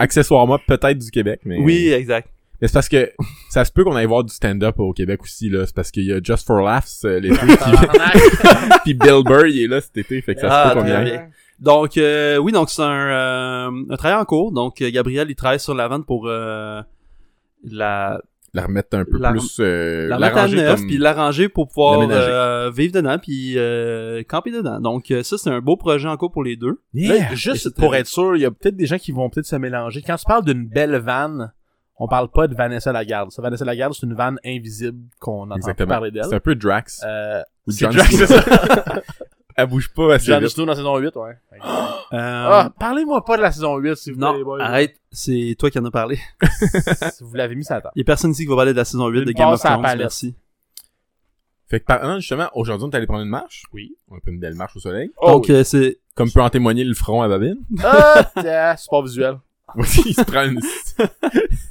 F: Accessoirement, peut-être du Québec, mais...
E: Oui, exact.
F: Mais c'est parce que ça se peut qu'on aille voir du stand-up au Québec aussi, là. C'est parce qu'il y a Just for Laughs, euh, les filles,
C: (laughs)
F: puis, puis Bill Burr, il est là cet été, fait que ça
E: Ah,
F: se peut qu'on y
E: très
F: aille.
E: bien. Donc, euh, oui, donc c'est un, euh, un travail en cours. Donc, euh, Gabriel, il travaille sur la vente pour euh, la,
F: La remettre un peu
E: La-
F: plus... Euh,
E: la mettre à
F: l'arranger
E: neuf,
F: comme-
E: puis l'arranger pour pouvoir
F: l'aménager.
E: euh, vivre dedans, puis euh, camper dedans. Donc, euh, ça, c'est un beau projet en cours pour les deux.
C: Là,
E: Et c'est
C: juste
E: très
C: pour
E: bien.
C: être sûr, il y a peut-être des gens qui vont peut-être se mélanger. Quand tu parles d'une belle vanne, on parle pas de Vanessa Lagarde. Ça, Vanessa Lagarde, c'est une vanne invisible qu'on entend pas
F: Exactement.
C: parler d'elle.
F: C'est un peu Drax.
C: Euh,
F: Ou
C: c'est
F: Jon
C: Jack- c'est
F: Snow.
C: ça.
F: (laughs) Elle bouge pas assez
C: Jon
F: vite.
C: Snow dans saison 8, ouais. Ah,
E: Euh,
C: parlez-moi pas de la saison 8, si vous voulez, les
E: non,
C: boys.
E: arrête, c'est toi qui en as parlé. (laughs)
C: Si (laughs) vous l'avez mis sur la table.
E: Il y a personne ici qui va parler de la saison 8
C: Une
E: de Game of
C: passe à la
E: Thrones,
C: palette.
E: merci.
F: Fait que parlant justement, aujourd'hui on est allé prendre une marche.
C: Oui.
F: On a pris une belle marche au soleil.
C: Oh,
E: donc, euh, c'est...
F: Comme peut en témoigner le front à Babine.
C: Ah, t'as- support visuel.
F: (laughs) Voici, il se prend une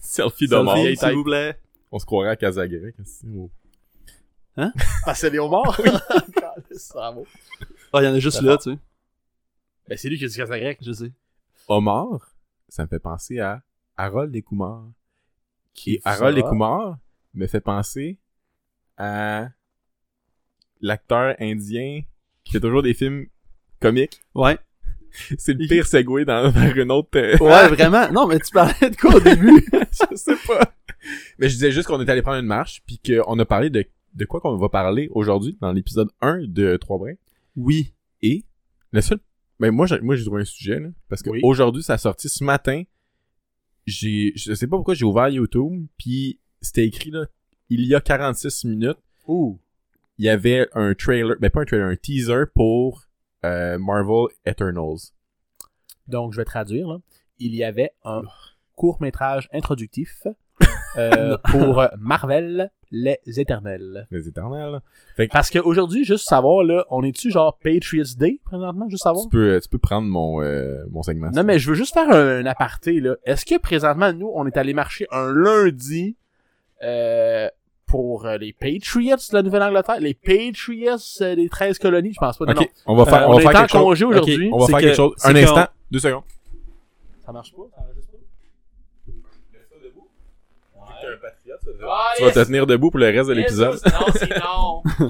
F: selfie de mort.
E: Selfie, s'il vous plaît.
F: On se croirait à Casagré. qu'est-ce que c'est?
C: Ah, c'est Léo Mort? (laughs) Oui. Bravo.
E: Ah, il y en a juste là, tu sais.
C: Ben, c'est lui qui a dit ça grec.
E: Je sais.
F: Omar, ça me fait penser à Harold Descoumars. Qui Harold
C: Ça.
F: Descoumars me fait penser à l'acteur indien qui fait toujours des films comiques.
E: Ouais.
F: C'est le pire segway dans, vers une autre... euh,
E: Ouais, vraiment. Non, mais tu parlais de quoi au début?
F: (laughs) je sais pas. Mais je disais juste qu'on est allé prendre une marche, puis qu'on a parlé de, de quoi qu'on va parler aujourd'hui dans l'épisode 1 de Trois brins.
E: Oui.
F: Et le seul... Ben moi, j'ai, moi, j'ai trouvé un sujet, là, parce que
C: Oui.
F: aujourd'hui, ça a sorti ce matin. J'ai, je sais pas pourquoi j'ai ouvert YouTube, puis c'était écrit, là, il y a 46 minutes,
C: Ouh.
F: il y avait un trailer, ben pas un trailer, un teaser pour euh, Marvel Eternals.
C: Donc, je vais traduire, là. Il y avait un court-métrage (laughs) introductif euh, pour Marvel, Les Éternels.
F: Les Éternels. là.
C: Parce qu'aujourd'hui, juste savoir, là, on est-tu genre Patriots Day, présentement, juste savoir?
F: Tu peux, tu peux prendre mon, euh, mon segment.
C: Non, mais je veux juste faire un aparté, là. Est-ce que présentement, nous, on est allé marcher un lundi euh, pour euh, les Patriots de la Nouvelle-Angleterre? Les Patriots euh, des 13 colonies, je pense pas. Non,
F: Ok,
C: non.
F: on va faire,
C: Euh,
F: on
C: on est
F: va faire
C: en
F: quelque chose.
C: congé
F: Ok,
C: aujourd'hui.
F: on va
E: C'est
F: faire
E: que-
F: quelque chose.
E: c'est
F: Un
E: qu'on-
F: instant, deux secondes.
C: Ça marche pas? Ça marche pas?
F: Tu vas te tenir debout pour le reste de l'épisode.
C: Non, c'est non.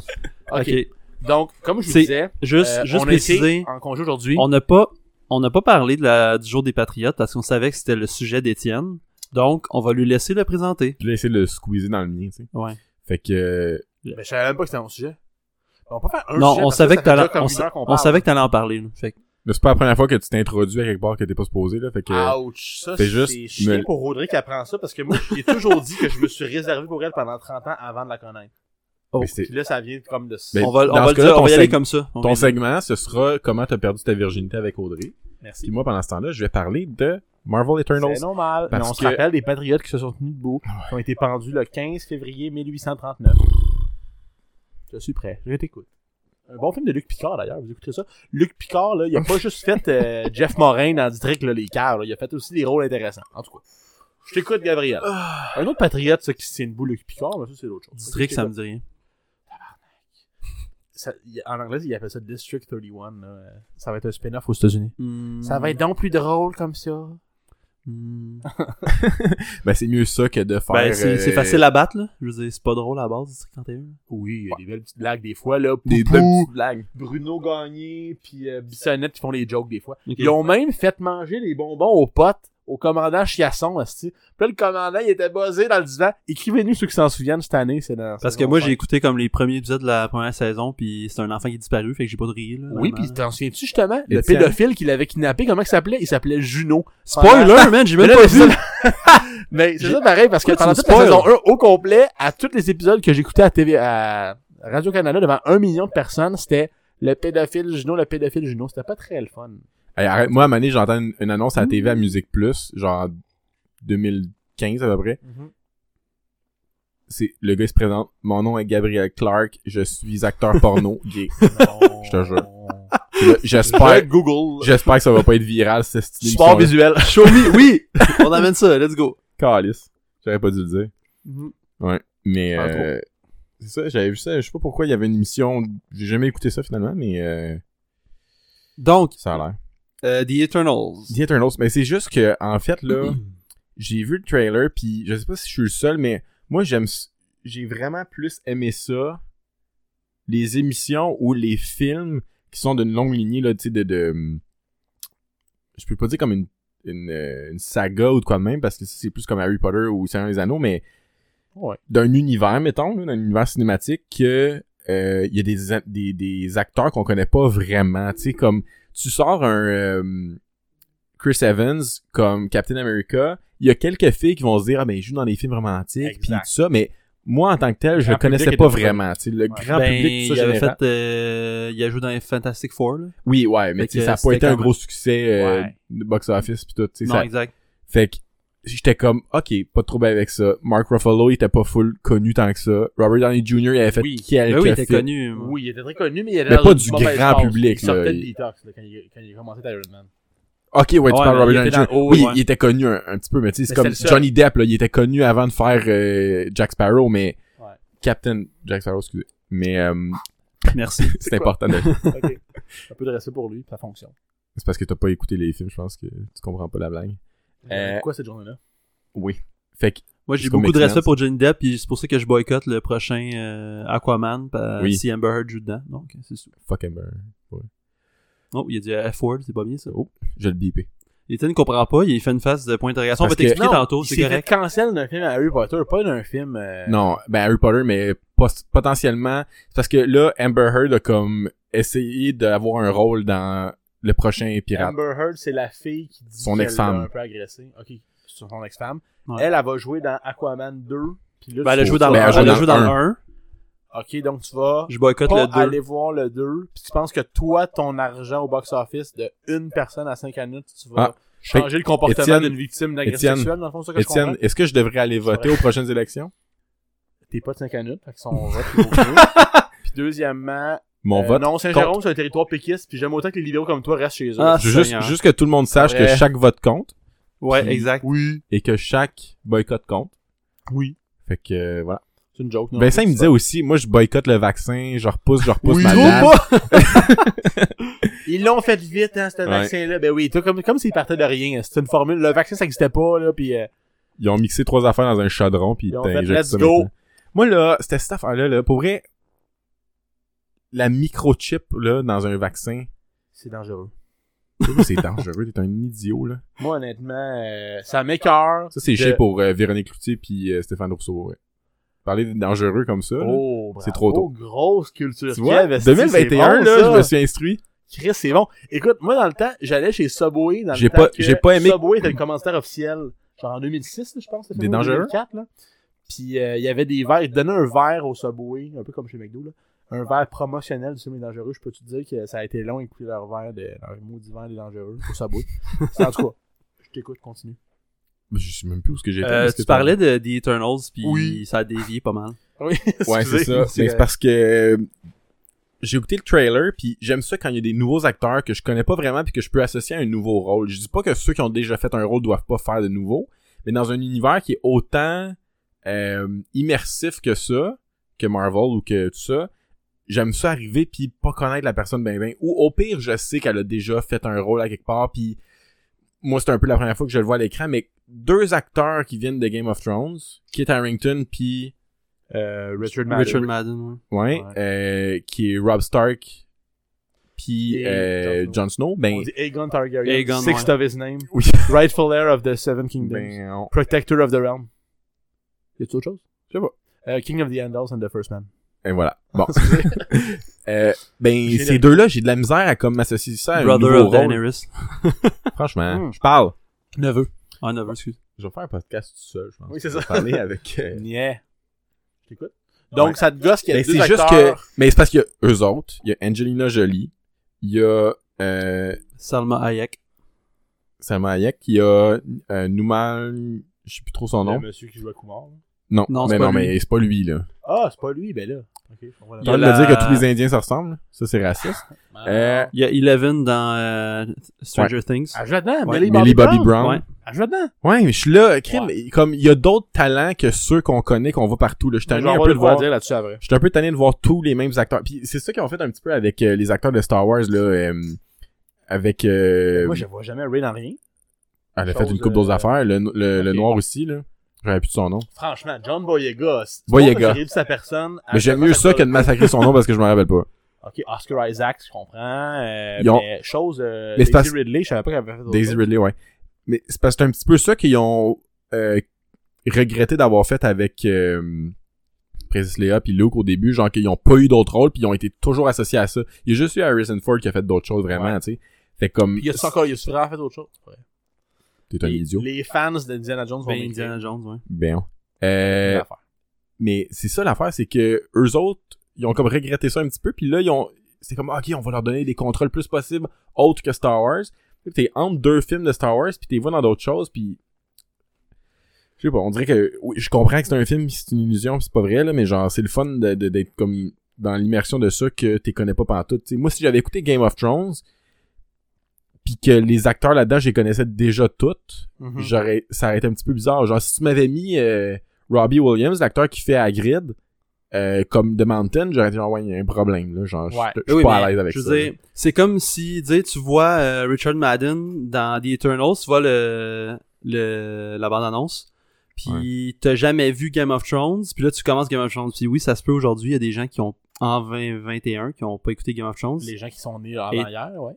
E: OK.
C: OK. Donc, comme je vous
E: C'est-
C: disais,
E: Juste,
C: euh,
E: juste
C: on était
E: préciser,
C: en congé aujourd'hui.
E: on n'a pas, on n'a pas parlé de la, du jour des Patriotes parce qu'on savait que c'était le sujet d'Étienne. Donc, on va lui laisser le présenter.
F: Je vais essayer de le squeezer dans le mien, tu sais.
E: Ouais.
F: Fait que, euh,
C: Mais je savais même pas que c'était mon sujet. On peut faire un
E: Non,
C: sujet
E: on
C: parce
E: savait
C: ça
E: que
C: fait
E: t'allais-
C: déjà comme
E: on
C: une heure qu'on
E: On
C: parle.
E: savait que t'allais en parler. là. Fait que-
F: c'est pas la première fois que tu t'introduis à quelque part que t'es pas supposé, là. Fait que,
E: Ah,
F: euh,
C: Ouch, ça
F: Fais
C: c'est
F: juste
C: chiant
F: me-
C: pour Audrey qui apprend ça parce que moi j'ai toujours dit que je me suis réservé pour elle pendant 30 ans avant de la connaître.
E: oh.
F: mais c'est-
C: Puis là ça vient comme de ça.
F: Mais
E: on va, on
F: dans
E: va
F: ce
E: le
F: cas-là,
E: dire, on
F: ton
E: va y aller
F: seg-
E: comme ça. On va y
F: ton
E: aller.
F: segment, ce sera comment t'as perdu ta virginité avec Audrey. Puis
C: Merci.
F: moi, pendant ce temps-là, je vais parler de Marvel
C: C'est
F: Eternals.
C: normal, mais
F: Parce
C: on se
F: que- Ah
C: rappelle des patriotes qui se sont tenus debout, qui ont été pendus le 15 février 1839. Je suis prêt, je t'écoute. Un bon film de Luc Picard, d'ailleurs, vous écouterez ça. Luc Picard, là, il a pas juste fait euh, Jeff Morin dans District, là, les cœurs, là. il a fait aussi des rôles intéressants. En tout cas, je t'écoute, Gabriel.
F: Ah.
C: Un autre patriote, ça, qui se tient debout, Luc Picard, mais ça, c'est l'autre chose.
E: District,
C: Ok,
E: ça me dit rien.
C: ça- il- en anglais, il appelle ça District 31. là. Euh, Ça va être un spin-off aux États-Unis. Ça va être donc plus drôle comme ça.
E: Hmm.
F: Ben, c'est mieux ça que de faire.
E: Ben, c'est
F: euh,
E: c'est facile à battre, là. Je veux dire, c'est pas drôle à la base, District 31.
C: Oui, il y a des belles petites blagues des fois, là.
F: Des
C: Poupou,
F: belles petites blagues.
C: Bruno Gagné, puis euh, Bissonnette qui font les jokes des fois.
E: Ok.
C: Ils ont même fait manger les bonbons aux potes, au commandant Chiasson, asti. Puis là, le commandant, il était basé dans le divan. Écrivez-nous ceux qui s'en souviennent cette année, c'est dans-
E: Parce
C: c'est
E: que
C: dans
E: moi,
C: le
E: j'ai écouté comme les premiers épisodes de la première saison, puis c'est un enfant qui est disparu, fait que j'ai pas de rire, là.
C: Oui,
E: vraiment,
C: puis
E: là.
C: t'en souviens-tu justement? Le
F: Étienne.
C: pédophile qui l'avait kidnappé, comment il s'appelait? Il s'appelait Juno.
E: Spoiler, man, j'ai
C: Mais
E: même
C: là,
E: pas
C: c'est
E: vu. (laughs)
C: ça- (laughs) Mais c'est ça pareil, parce que
E: Pourquoi
C: pendant
E: tu me
C: toute la saison
E: spoil?
C: 1, au complet, à tous les épisodes que j'écoutais à TV, à Radio-Canada, devant un million de personnes, c'était le pédophile Juno, le pédophile Juno. C'était pas très le fun.
F: Hey, arrête, moi, à Mané, j'entends une, une annonce à
E: Mmh.
F: la TV à Musique Plus, genre 2015 à peu près.
E: Mm-hmm.
F: C'est, le gars il se présente. Mon nom est Gabriel Clark. Je suis acteur porno gay. Je te jure. Puis là, J'espère,
C: Google.
F: j'espère que ça va pas être viral, ce style.
C: Sport
F: d'émission-là.
C: visuel.
E: Show me, oui! On amène ça, let's go.
F: Calice. J'aurais pas dû le dire.
C: Mhm.
F: Ouais. Mais,
D: Pas trop.
F: euh, c'est ça, j'avais vu ça. Je sais pas pourquoi il y avait une émission. J'ai jamais écouté ça finalement, mais, euh,
E: Donc,
F: ça a l'air.
E: euh, The Eternals.
F: The Eternals, mais c'est juste que en fait là, j'ai vu le trailer puis je sais pas si je suis le seul mais moi j'aime s- j'ai vraiment plus aimé ça les émissions ou les films qui sont d'une longue lignée là, tu sais de, de je peux pas dire comme une une, euh, une saga ou de quoi de même parce que c'est plus comme Harry Potter ou Seigneur des Anneaux mais
C: Ouais.
F: d'un univers mettons là, d'un univers cinématique que euh, il y a des a- des, des acteurs qu'on connaît pas vraiment tu sais comme tu sors un euh, Chris Evans comme Captain America, il y a quelques filles qui vont se dire ah ben il joue dans des films romantiques puis tout
C: Exact.
F: ça mais moi en tant que tel, je
C: grand
F: le connaissais
C: public
F: pas
C: était pas
F: vraiment, tu sais, le grand
E: ben,
F: public tout
E: il
F: ça
E: avait
F: général.
E: fait, euh, il a joué dans les Fantastic Four, là.
F: Oui, ouais, mais
E: Fait
F: tu sais,
E: que
F: ça a pas
E: c'était
F: été un
E: quand
F: gros succès euh,
C: Ouais.
F: de box office puis tout, tu sais,
E: Non,
F: ça-
E: exact.
F: Fait que j'étais comme OK, pas de trouble avec ça. Mark Ruffalo, il était pas full connu tant que ça. Robert Downey Jr., il avait fait
C: Oui.
E: Ben
F: quelques
E: oui, il était
F: films.
E: connu. moi.
C: Oui, il était très connu, mais il avait
F: Mais
C: l'air
F: pas
C: d'une
F: du
C: mauvaise
F: grand
C: passe.
F: public,
C: Il sortait
F: là.
C: de
F: Il-
C: Detox là, quand, il, quand il a commencé Iron
E: (laughs)
C: Man.
F: OK, ouais, tu
E: Ouais,
F: parles
E: mais
F: Robert
E: il
F: Downey
E: était
F: Jr.
E: dans- oh,
F: oui,
E: ouais.
F: il était connu un, un petit peu, mais tu sais, c'est
C: Mais
F: comme
C: c'est le seul.
F: Johnny Depp là, il était connu avant de faire euh, Jack Sparrow mais
C: Ouais.
F: Captain Jack Sparrow, excusez.
E: (laughs)
F: Mais euh,
E: Merci.
F: c'est important de (laughs)
C: Ok. Un peu de respect pour lui, ça fonctionne.
F: C'est parce que t'as pas écouté les films, je pense que tu comprends pas la blague. Euh,
C: Quoi cette journée-là?
F: Oui. Fait que,
E: Moi, j'ai
F: Jusqu'au
E: beaucoup de
F: Mexicain.
E: respect pour Johnny Depp, puis c'est pour ça que je boycotte le prochain euh, Aquaman, pa-
F: Oui.
E: si Amber Heard joue dedans. Donc, c'est sûr.
F: fuck Amber.
E: Oh, il a dit F-word, c'est pas bien ça.
F: Oh, je le bipé.
E: Ethan comprend pas, il fait une face de point d'interrogation. On va
F: Parce que-
E: t'expliquer tantôt, c'est correct.
C: cancel d'un film à Harry Potter, pas d'un film. euh,
F: Non, ben Harry Potter, mais pos- potentiellement, c'est parce que là, Amber Heard a comme essayé d'avoir un rôle dans le prochain Pirate.
C: Amber Heard, c'est la fille qui dit
F: Son
C: qu'elle
F: ex-femme.
C: l'a un peu agressée. Ok, sur son ex-femme.
E: Ouais.
C: Elle, elle va jouer dans Aquaman 2. Puis là,
E: Ben, elle a
C: tu-
E: joué dans le
F: Ben, elle a joué
E: 1. Elle a
F: dans
E: joué dans le
F: un.
E: 1.
C: Ok, donc tu vas
E: Je boycotte
C: pas
E: le 2.
C: aller voir le 2. Puis tu penses que toi, ton argent au box-office de une personne à 5 minutes, tu vas
F: Ah.
C: changer le comportement
F: Étienne,
C: d'une victime d'agression
F: Étienne,
C: sexuelle, dans le fond, c'est ça que je comprends?
F: Étienne, est-ce que je devrais aller voter aux prochaines élections?
C: T'es pas de 5 minutes, fait que son vote est au mieux.
F: (laughs)
C: Puis deuxièmement,
F: Mon
C: euh,
F: vote?
C: non, Saint-Jérôme, c'est un territoire péquiste, puis j'aime autant que les libéraux comme toi restent chez eux.
E: Ah,
F: Je veux juste,
E: Seigneur.
F: juste que tout le monde sache
C: Ouais.
F: que chaque vote compte
E: Ouais,
F: Puis-
E: exact.
C: oui.
F: et que chaque boycott compte.
C: Oui.
F: Fait que, euh, voilà.
C: C'est une joke, non?
F: Vincent, il Ben, me disait aussi, moi, je boycotte le vaccin, je repousse, je repousse
E: Oui.
F: ma
E: Trop
F: date.
C: (laughs) Ils l'ont fait vite, hein, ce vaccin-là. Ben oui, toi, comme, comme s'il partait de rien. C'était une formule. Le vaccin, ça n'existait pas, là, puis euh,
F: Ils ont mixé trois affaires dans un chaudron puis
C: Ils ont
F: t'as
C: fait,
F: injecté
C: let's
F: ça
C: go.
F: maintenant. Moi là, c'était cette affaire là là, pour vrai la microchip là dans un vaccin,
C: c'est dangereux.
F: (laughs) c'est dangereux, t'es un idiot là.
C: Moi, honnêtement, euh, ça m'écœure.
F: Ça c'est
C: De-
F: chier pour euh, Véronique Cloutier puis euh, Stéphane Rousseau. ouais. Parler de dangereux comme ça. là.
C: Oh,
F: C'est
C: bravo,
F: trop tôt.
C: grosse culture.
F: tu vois,
C: Kiev, esti, c'est
F: 2021
C: bon,
F: là,
C: ça.
F: je me suis instruit.
C: Chris, c'est bon. Écoute, moi, dans le temps, j'allais chez Subway. Dans le
F: J'ai
C: temps
F: pas-
C: que
F: j'ai pas aimé-
C: Subway était le commentaire officiel. Genre en 2006, là, je pense. c'était
F: Des
C: fait, ou
F: dangereux?
C: 2004, là. Puis euh, il y avait des verres. Ils te donnaient un verre au Subway, un peu comme chez McDo, là. Un verre promotionnel du film Les Dangereux. Je peux te dire que ça a été long à écouter leur verre de leur maudit verre des Dangereux au Subway.
F: (laughs)
C: C'est- en tout cas, je t'écoute, continue.
F: Je sais même plus où ce que j'étais.
E: Euh,
F: parce que
E: tu parlais de The Eternals, puis
C: Oui.
E: ça a dévié pas mal.
C: Oui,
F: Ouais, c'est ça. Mais c'est
C: pas...
F: parce que euh, j'ai écouté le trailer, puis j'aime ça quand il y a des nouveaux acteurs que je connais pas vraiment, puis que je peux associer à un nouveau rôle. Je dis pas que ceux qui ont déjà fait un rôle doivent pas faire de nouveau, mais dans un univers qui est autant euh, immersif que ça, que Marvel ou que tout ça, j'aime ça arriver puis pas connaître la personne ben ben. Ou au pire, je sais qu'elle a déjà fait un rôle à quelque part, puis moi c'est un peu la première fois que je le vois à l'écran, mais deux acteurs qui viennent de Game of Thrones, Kit Harrington puis euh, Richard Madden.
E: Richard Madden, ouais.
F: Ouais,
C: Ouais.
F: euh, qui est Rob Stark, puis
C: Et
F: euh,
C: Jon Snow.
F: Jon Snow. Ben,
C: On dit Aegon Targaryen,
E: Aegon,
C: sixth
E: ouais.
C: of his name,
F: oui.
C: rightful heir of the Seven Kingdoms,
F: Ben, on-
C: protector of the realm. Y a-tu autre chose?
F: Je sais
C: Euh, King of the Andals and the First
F: (laughs)
C: Man.
F: Et voilà.
C: (laughs)
F: Bon. Euh, ben,
C: J'ai
F: ces deux-là, j'ai de la misère à comme m'associer ça à un
E: Brother
F: nouveau
E: of E
F: rôle.
E: Daenerys.
F: Franchement,
C: Mm.
F: je parle.
C: Neveu.
E: Ah, never, excuse.
F: Je vais faire un podcast tout seul, je pense.
C: Oui, c'est ça.
F: Parler avec.
C: (laughs)
F: (laughs) euh,
C: Yeah. Je t'écoute. Donc, ça te gosse qu'il y a
F: Ben,
C: deux
F: c'est juste que.
C: acteurs.
F: Mais c'est parce qu'il y a eux autres, il y a Angelina Jolie, il y a euh,
E: Salma Hayek.
F: Salma Hayek, il y a euh, Nouman, je sais plus trop son nom.
C: monsieur qui joue à Kumar.
F: Non,
E: Non,
F: mais
E: c'est pas
F: non,
E: lui.
F: mais c'est pas lui là.
C: Ah, c'est pas lui, ben là. Ok, voilà.
E: Il y
F: T'as
E: a
F: le de me
E: la-
F: dire que tous les Indiens se ressemblent Ça c'est raciste.
C: Ah.
F: euh,
E: Il y a Eleven dans euh, Stranger Things.
C: Elle joue dedans,
E: Ouais.
C: Millie
F: Millie Bobby
C: Brown.
F: Brown.
E: Ouais.
C: Elle joue dedans.
F: Ouais, mais je suis là, crime,
C: Ouais.
F: comme il y a d'autres talents que ceux qu'on connaît, qu'on voit partout. Là. Je suis tanné un peu de voir.
C: dire là-dessus, à vrai.
F: Je suis un peu tanné de voir tous les mêmes acteurs. Puis c'est ça qu'ils ont fait un petit peu avec euh, les acteurs de Star Wars là, euh, avec. Euh,
C: Moi, je vois jamais Ray dans rien.
F: elle a fait une
C: chose,
F: coupe d'autres
C: euh,
F: affaires. Le, le, le
C: ok.
F: noir aussi là. J'avais plus de son nom.
C: Franchement, John Boyega, c'est
F: Boyega.
C: pas de sa personne.
F: Mais j'aime mieux ça que de massacrer son nom parce que je me rappelle pas.
C: Ok, Oscar Isaac, je comprends. Euh,
F: Ils ont-
C: Mais chose, euh,
F: Mais
C: Daisy
F: c'est parce-
C: Ridley, je savais pas qu'elle avait fait d'autres
F: Daisy
C: choses.
F: Ridley, ouais. Mais c'est parce que c'est un petit peu ça qu'ils ont euh, regretté d'avoir fait avec euh, Princess Leia puis Luke au début, genre qu'ils ont pas eu d'autres rôles puis ils ont été toujours associés à ça. Il y a juste eu Harrison Ford qui a fait d'autres choses vraiment, tu sais. Fait comme
C: Puis il y a ça encore, il y a souvent fait d'autres choses. Ouais.
F: t'es un
C: les,
F: idiot.
C: les fans d'Indiana Jones vont
E: Ben,
C: m'écrire.
E: Indiana Jones, ouais.
F: Ben. Euh,
C: L'affaire.
F: mais c'est ça l'affaire, c'est que eux autres, ils ont comme regretté ça un petit peu puis là ils ont c'est comme OK, on va leur donner des contrôles plus possibles autres que Star Wars. Là, T'es entre deux films de Star Wars puis t'es vois dans d'autres choses puis je sais pas, on dirait que oui, je comprends que c'est un film, c'est une illusion, pis c'est pas vrai là, mais genre c'est le fun de- de- d'être comme dans l'immersion de ça que t'es connais pas partout. T'sais, moi si j'avais écouté Game of Thrones puis que les acteurs là-dedans, je les connaissais déjà toutes,
C: Mhm.
F: j'aurais ça aurait été un petit peu bizarre. Genre si tu m'avais mis euh, Robbie Williams, l'acteur qui fait Hagrid euh, comme The Mountain, j'aurais dit genre ouais, il y a un problème là, genre je-
C: Ouais.
F: je suis
E: Oui,
F: pas
E: mais
F: à l'aise avec
E: je
F: ça.
E: veux dire, c'est comme si, tu sais, tu vois euh, Richard Madden dans The Eternals, tu vois le, le, la bande-annonce, puis t'as jamais vu Game of Thrones, puis là tu commences Game of Thrones, puis oui, ça se peut aujourd'hui, il y a des gens qui ont, en 2021, qui ont pas écouté Game of Thrones.
C: Les gens qui sont nés avant
E: Et-
C: hier, ouais.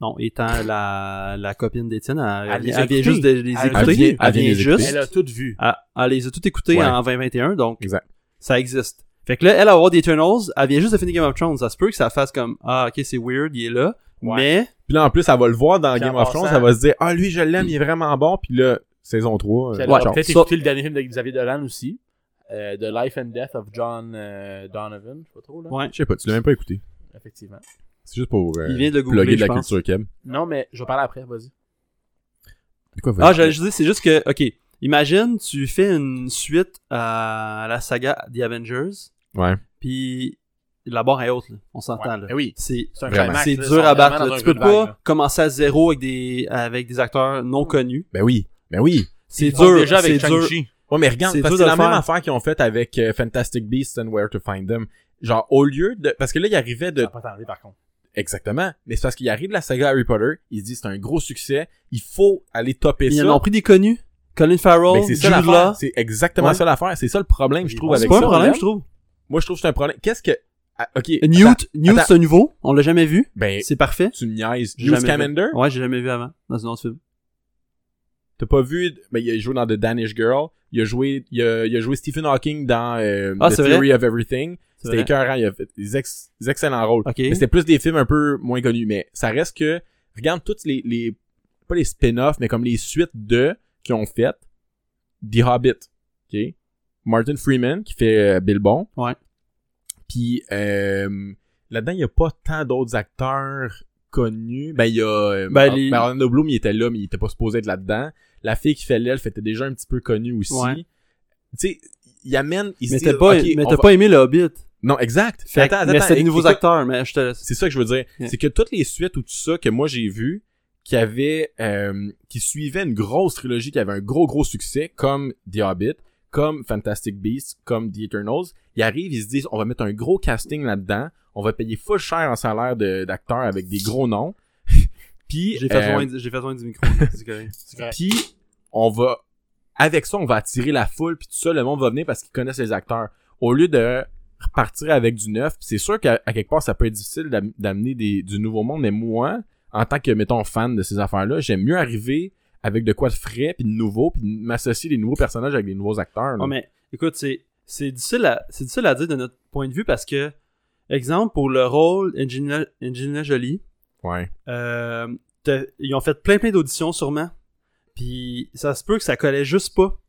E: Non, étant la, la copine d'Étienne, elle,
C: Elle les a
E: elle vient
C: écoutés.
E: juste de les
C: Elle
E: écouter,
F: vient- elle vient les écouter.
E: juste,
C: Elle a tout vu.
E: elle, elle les a toutes écoutées
F: Ouais.
E: en 2021, donc
F: Exact.
E: ça existe. Fait que là, elle, à avoir des Eternals, elle vient juste de finir Game of Thrones. Ça se peut que ça fasse comme Ah, ok, c'est weird, il est là.
C: Ouais.
E: Mais,
F: Puis là en plus, elle va le voir dans
C: Puis en
F: Game of Thrones,
C: passant-
F: elle va se dire "Ah lui, je l'aime, il est vraiment bon." Puis là saison 3 euh,
C: Elle
E: Ouais.
C: a
F: ciao.
C: peut-être
E: Ça-
C: écouté le dernier film de Xavier Dolan aussi. Euh, The Life and Death of John euh, Donovan, je sais pas trop là.
E: ouais.
F: je sais pas, tu l'as même pas écouté.
C: Effectivement.
F: C'est juste pour euh,
E: Il vient de
F: plugger
E: googler,
F: de la
E: je pense.
F: culture Keb.
C: Non, mais je vais parler après, vas-y.
F: De quoi,
E: Ah,
F: vas-y.
E: j'allais juste dire, c'est juste que, ok, imagine, tu fais une suite à la saga The Avengers,
F: Ouais.
E: puis la barre est haute, là. On s'entend,
C: Ouais.
E: là.
C: Eh oui.
E: C'est.
C: C'est un
F: Vraiment.
C: climax,
E: Ben, C'est
C: là,
E: dur
C: sont
E: à
C: vraiment
E: battre.
C: dans
E: là.
C: un
E: Tu peux
C: good vibe,
E: pas
C: là.
E: commencer à zéro avec des avec des acteurs non connus.
F: Ben oui. Ben oui.
E: C'est
C: Ils font
E: dur.
C: déjà avec
E: c'est dur.
C: Shang-Chi.
F: Ouais, mais regarde,
E: C'est
F: parce
E: dur
F: que c'est
E: de
F: la
E: le
F: même
E: faire.
F: affaire qu'ils ont faite avec euh, Fantastic Beasts and Where to Find Them. Genre, au lieu de... Parce que là, il arrivait
C: Ça
F: de...
C: va pas tarder, par contre.
F: Exactement. Mais c'est parce qu'il arrive de la saga Harry Potter, il se dit, c'est un gros succès, il faut aller topper
E: Ils en
F: ça.
E: ont pris des connus. Colin Farrell,
F: Ben, c'est ça
E: Jude
F: l'affaire.
E: Law.
F: C'est exactement
E: Ouais.
F: ça l'affaire. C'est ça le problème, je
C: Ils
F: trouve,
C: vont-
E: C'est
F: avec
E: pas un
F: ça.
E: problème, je trouve.
F: Moi, je trouve que c'est un problème. Qu'est-ce que... Ah, OK. attends.
E: Newt, Newt
F: attends.
E: c'est nouveau. On l'a jamais vu.
F: Ben,
E: C'est parfait.
F: tu me niaises.
E: J'ai
F: Hugh
E: jamais vu.
F: Scamander,
E: Ouais, j'ai jamais vu avant dans un autre film.
F: t'as pas vu... Ben, il a joué dans The Danish Girl. Il a joué, il a, il a joué Stephen Hawking dans euh,
E: Ah,
F: The
E: c'est
F: Theory of Everything.
E: C'est
F: C'était
E: vrai.
F: écœurant. Il a fait des, ex- des excellents rôles.
E: Ok.
F: Mais c'était plus des films un peu moins connus. Mais ça reste que, regarde toutes les, les pas les spin-offs, mais comme les suites de, qui ont fait, The Hobbit, ok? Martin Freeman, qui fait euh, Bilbon.
E: Ouais.
F: Puis, euh, là-dedans, il y a pas tant d'autres acteurs connus. Ben, il y a, euh,
E: Ben,
F: Or-
E: les-
F: ben, Orlando Bloom, il était là, mais il était pas supposé être là-dedans. La fille qui fait l'elfe était déjà un petit peu connue aussi.
E: Ouais.
F: Tu sais, il amène, il se
E: Mais
F: dit,
E: t'as pas,
F: OK,
E: mais
F: on
E: t'as
F: va-
E: pas aimé le Hobbit.
F: Non, exact.
E: Fait que-
F: Attends, attends,
E: mais c'est
F: éc-
E: des nouveaux
F: écoute,
E: acteurs, mais je te laisse.
F: C'est ça que je veux dire.
E: Yeah.
F: C'est que toutes les suites ou tout ça que moi j'ai vu, qui avaient, euh, qui suivaient une grosse trilogie, qui avait un gros gros succès, comme The Hobbit, comme Fantastic Beasts, comme The Eternals, ils arrivent, ils se disent, on va mettre un gros casting là-dedans, on va payer full cher en salaire de- d'acteurs avec des gros noms. (laughs) Puis,
E: J'ai fait,
F: euh,
E: loin, du- j'ai fait loin du micro. c'est correct.
F: puis on va avec ça on va attirer la foule puis tout ça le monde va venir parce qu'ils connaissent les acteurs au lieu de repartir avec du neuf puis c'est sûr qu'à à quelque part ça peut être difficile d'am- d'amener des- du nouveau monde mais moi en tant que mettons fan de ces affaires là j'aime mieux arriver avec de quoi de frais puis de nouveau puis de m'associer des nouveaux personnages avec des nouveaux acteurs là.
E: Ah, mais écoute, c'est, c'est, difficile à, c'est difficile à dire de notre point de vue parce que, exemple, pour le rôle Angelina, Angelina Jolie,
F: ouais
E: euh, t'as- ils ont fait plein plein d'auditions sûrement. Puis ça se peut que ça collait juste pas.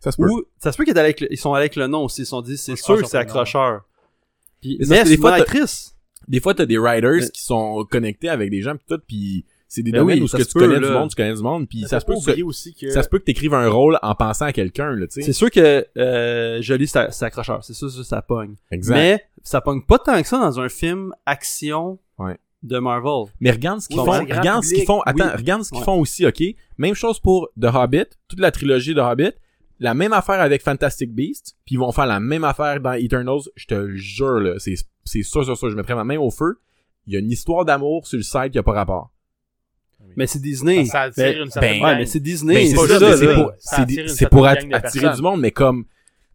F: ça se peut
E: Ou ça se peut qu'ils étaient avec le- ils sont allés avec le nom aussi. Ils se sont dit,
F: Ah,
E: c'est
C: Moi, je
E: sûr
C: pense
E: que c'est
C: sur le nom.
E: accrocheur. Puis,
F: Mais ça,
E: mais
F: c'est des
E: c'est
F: fois,
E: fois
F: t'as-
E: actrice.
F: des fois t'as des writers
E: Mais-
F: qui sont connectés avec des gens puis tout puis c'est des
E: Ben
F: domaines
E: oui,
F: où
E: ça
F: ce que
E: se
F: tu
E: peut,
F: connais du
E: là.
F: monde tu connais du monde puis ça se peut que
A: oublier aussi que.
F: ça se peut que t'écrives un rôle en pensant à quelqu'un là tu
E: C'est
F: sais
E: sûr que euh, Jolie, c'est c'est accrocheur. C'est sûr que ça pogne.
F: exact
E: Mais ça pogne pas tant que ça dans un film action
F: Ouais.
E: de Marvel.
F: Mais regarde ce qu'ils
E: Oui,
F: font.
E: mais
A: c'est grand
F: Regarde ce qu'ils
A: public.
F: font. Attends,
E: Oui.
F: regarde ce qu'ils
E: Ouais.
F: font aussi, OK? Même chose pour The Hobbit, toute la trilogie de Hobbit. La même affaire avec Fantastic Beasts, puis ils vont faire la même affaire dans Eternals, je te le jure, là. C'est, c'est sûr, sûr, sûr, je mettrai ma main au feu. Il y a une histoire d'amour sur le site qui a pas rapport.
E: Mais c'est Disney.
C: Ça attire
E: Mais-
C: une certaine
E: ouais,
C: gang.
E: mais c'est
F: Ben,
E: Disney.
F: c'est
C: pas
F: ça,
C: juste
F: mais
C: des
F: c'est
C: films.
F: pour,
C: Ça
F: c'est
C: attire
F: des-
C: une
F: c'est pour
C: certaine
F: att-
C: gang de
F: attirer
C: personnes.
F: du monde, mais comme,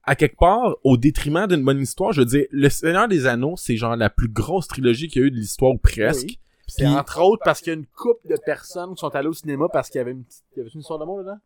F: à quelque part, au détriment d'une bonne histoire, je veux dire, Le Seigneur des Anneaux, c'est genre la plus grosse trilogie qu'il y a eu de l'histoire, ou presque.
C: Oui. C'est
F: Puis-
C: entre autres parce qu'il y a une couple de personnes qui sont allées au cinéma parce qu'il y avait une petite, il y avait une histoire d'amour là-dedans.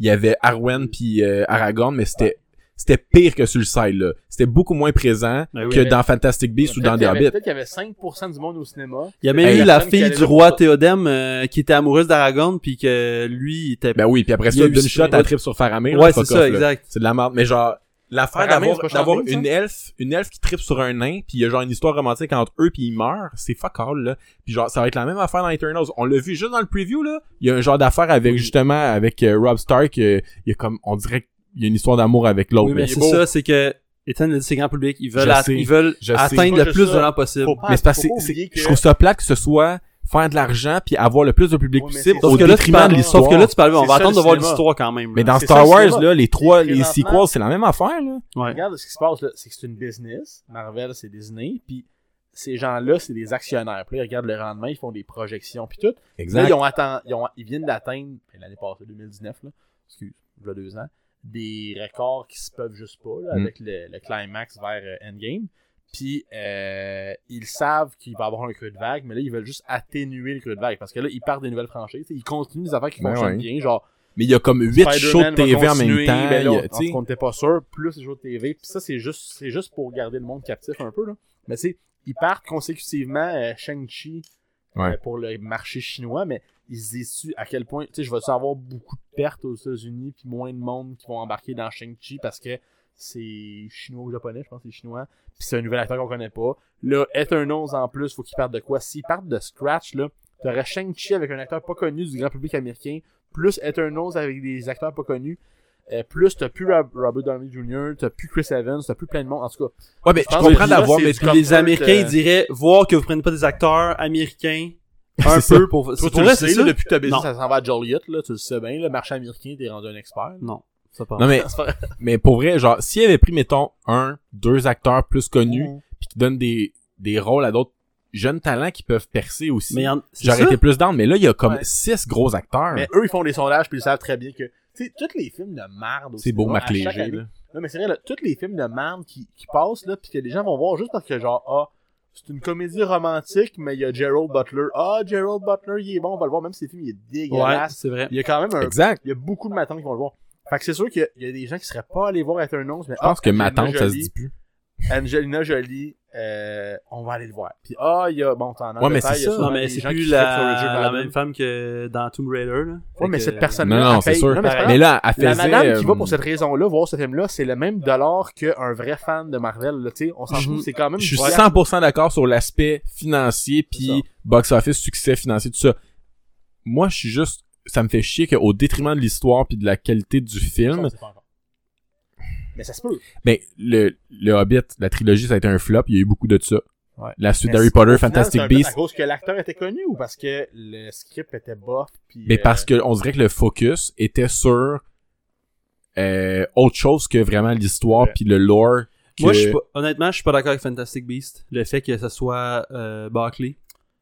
F: il y avait
C: Mm.
F: Arwen puis euh, Aragorn mais c'était c'était pire que Suicide là c'était beaucoup moins présent
E: Ben oui.
F: que
C: mais-
F: dans Fantastic Beasts ou
C: Peut-être
F: dans The
C: qu'il y avait-
F: Hobbit
C: Peut-être qu'il y avait 5% du monde au cinéma.
E: Il y a même
F: Hey,
E: eu
C: la
E: la
C: personne qui
E: fille
C: allait
E: du
C: le
E: roi
C: voir.
E: Théodème euh, qui était amoureuse d'Aragorn puis que lui il était
F: ben oui puis après
E: Il y
F: ça
E: a eu
F: d'une
E: ça.
F: shot
E: Ouais.
F: à trip sur Faramir là,
E: Ouais, c'est
F: fuck
E: ça,
F: off, là.
E: exact.
F: c'est de la merde mais genre l'affaire
C: Faramir,
F: d'avoir
C: c'est pas
F: d'avoir
C: Charlemagne,
F: une elfe une elfe qui tripe sur un nain puis il y a genre une histoire romantique entre eux puis ils meurent c'est fuck all là puis genre ça va être la même affaire dans Eternals on l'a vu juste dans le preview là il y a un genre d'affaire avec justement avec euh, Rob Stark euh, il y a comme on dirait qu'il y a une histoire d'amour avec l'autre
E: Oui,
F: mais
E: mais
F: il est
E: c'est
F: beau.
E: ça, c'est que étant le grand public, ils veulent,
F: Je
E: at-
F: sais,
E: ils veulent
F: je sais.
E: atteindre
C: Pas
E: le
C: juste
E: plus
C: ça.
E: de gens possible.
C: Faut pas-
F: mais c'est parce que
C: faut pas
F: c'est-
C: oublier que-
F: je trouve ça plate que ce soit faire de l'argent puis avoir le plus de public
C: Ouais, mais
F: possible
C: c'est-
F: au
E: Sauf que, là, tu
F: détriment
E: parles,
F: de l'histoire.
E: sauf que là, tu parles, on
C: C'est
E: va
C: ça,
E: attendre
C: le
E: de voir
C: cinéma.
E: l'histoire quand même.
F: mais
E: là.
F: dans
C: c'est
F: Star
C: ça, le
F: Wars
C: cinéma.
F: là, les trois, les
C: présentement-
F: sequels, c'est la même affaire là.
E: Ouais.
C: Regarde ce qui se passe là, c'est que c'est une business. Marvel, c'est Disney, puis ces gens-là, c'est des actionnaires. Puis là, ils regardent le rendement, ils font des projections, puis tout. Là, ils, ont atten- ils, ont- ils viennent d'atteindre, ben, l'année passée, 2019, là, excuse, il y a deux ans, des records qui se peuvent juste pas, là,
F: Mm.
C: avec le, le climax vers euh, Endgame. Puis, euh, ils savent qu'il va y avoir un creux de vague, mais là, ils veulent juste atténuer le creux de vague. Parce que là, ils partent des nouvelles franchises, ils continuent des affaires qui
F: Ben
C: fonctionnent
F: ouais.
C: bien, genre
F: Mais il y a comme huit
C: Spider-Man
F: shows de
C: va
F: TV en même
C: continuer,
F: temps.
C: ben là,
F: il y
C: on-
F: a- tu sais.
C: on n'était pas sûr, plus les shows de TV. Puis ça, c'est juste, c'est juste pour garder le monde captif un peu. Là. Mais tu sais, ils partent consécutivement euh, Shang-Chi euh,
F: Ouais.
C: pour le marché chinois, mais ils se disent à quel point, tu sais, je vais avoir beaucoup de pertes aux États-Unis, puis moins de monde qui vont embarquer dans Shang-Chi parce que c'est chinois ou japonais, je pense que c'est chinois, puis c'est un nouvel acteur qu'on connaît pas. Là, Eternals en plus, faut qu'ils partent de quoi? S'ils partent de scratch, là, t'aurais Shang-Chi avec un acteur pas connu du grand public américain, plus Eternals avec des acteurs pas connus, euh, plus t'as plus Rob- Robert Downey Jr., t'as plus Chris Evans, t'as plus plein de monde, en tout cas.
F: Ouais, mais
C: je
F: je
C: pense que
F: comprends
C: Ah, là,
F: d'avoir
C: c'est
F: mais
C: du
E: Puis les
C: comfort,
E: Américains,
C: euh,
E: ils diraient voir que vous prenez pas des acteurs américains un peu
F: C'est ça.
E: pour.
C: Toi,
E: C'est
C: tu
E: pour
C: le
E: vrai,
C: sais,
E: c'est
C: là,
E: ça.
C: depuis que t'as baisé,
E: Non.
C: ça s'en va à Joliette, là, tu le sais bien, le marché américain, t'es rendu un expert.
E: Non, ça part.
F: Non mais
C: C'est pas-
F: mais pour vrai, genre s'il avait pris mettons un, deux acteurs plus connus puis qui donnent des des rôles à d'autres jeunes talents qui peuvent percer aussi.
E: Mais il y en- c'est
F: J'aurais
E: ça.
F: été plus down, mais là il y a comme
C: Ouais.
F: six gros acteurs.
C: Mais eux, ils font des sondages, puis ils savent très bien que, tu sais, tous les films de merde au
F: C'est beau
C: cinéma,
F: Marc
C: à chaque
F: Léger
C: année,
F: là.
C: Non, mais c'est vrai, là, tous les films de merde qui, qui passent, là, pis que les gens vont voir juste parce que, genre, ah, c'est une comédie romantique, mais il y a Gerald Butler. Ah, Gerald Butler, il est bon, on va le voir, même si le film, il est
E: Ouais,
C: dégueulasse.
E: c'est vrai.
C: Il y a quand même un...
F: Exact.
C: Il y a beaucoup de matins qui vont le voir. Fait que c'est sûr qu'il y a- il y a des gens qui seraient pas allés voir Eternals, mais
F: Je pense
C: ah,
F: que ma
C: Angelina
F: tante ça se
C: Jolie-
F: dit plus.
C: Angelina Jolie, euh, on va aller le voir. Puis ah, il y a... Bon, t'en as
F: Ouais, mais c'est ça.
E: Non, mais c'est plus la, la même femme que dans Tomb Raider. Là.
C: Ouais,
E: Fait
C: mais
E: que-
C: cette personne-là...
F: Non non,
C: elle
F: c'est
C: paye-
F: sûr.
C: Non, mais c'est pas
F: Mais là elle faisait
C: la madame qui va
F: euh,
C: pour cette raison-là voir ce film-là, c'est le même dollar qu'un vrai fan de Marvel. Là, tu sais. on s'en
F: Je-
C: fout, c'est quand même.
F: Je suis
C: Ouais.
F: 100% d'accord sur l'aspect financier
C: C'est ça.
F: puis box office succès financier tout ça. Moi, je suis juste ça me fait chier qu'au détriment de l'histoire puis de la qualité du film,
C: Mais ça se peut.
F: Mais le, le Hobbit, la trilogie, ça a été un flop. Il y a eu beaucoup de ça.
C: Ouais.
F: La suite
C: Mais
F: d'Harry
C: c'est-
F: Potter,
C: au final, c'est
F: Fantastic
C: un peu
F: Beasts.
C: À cause que l'acteur était connu ou parce que le script était bof. puis,
F: Mais
C: euh,
F: parce que on dirait que le focus était sur euh, autre chose que vraiment l'histoire
C: Ouais.
F: puis le lore. que-
E: Moi, je suis pas- honnêtement, je suis pas d'accord avec Fantastic Beast. Le fait que ça soit euh, Barclay,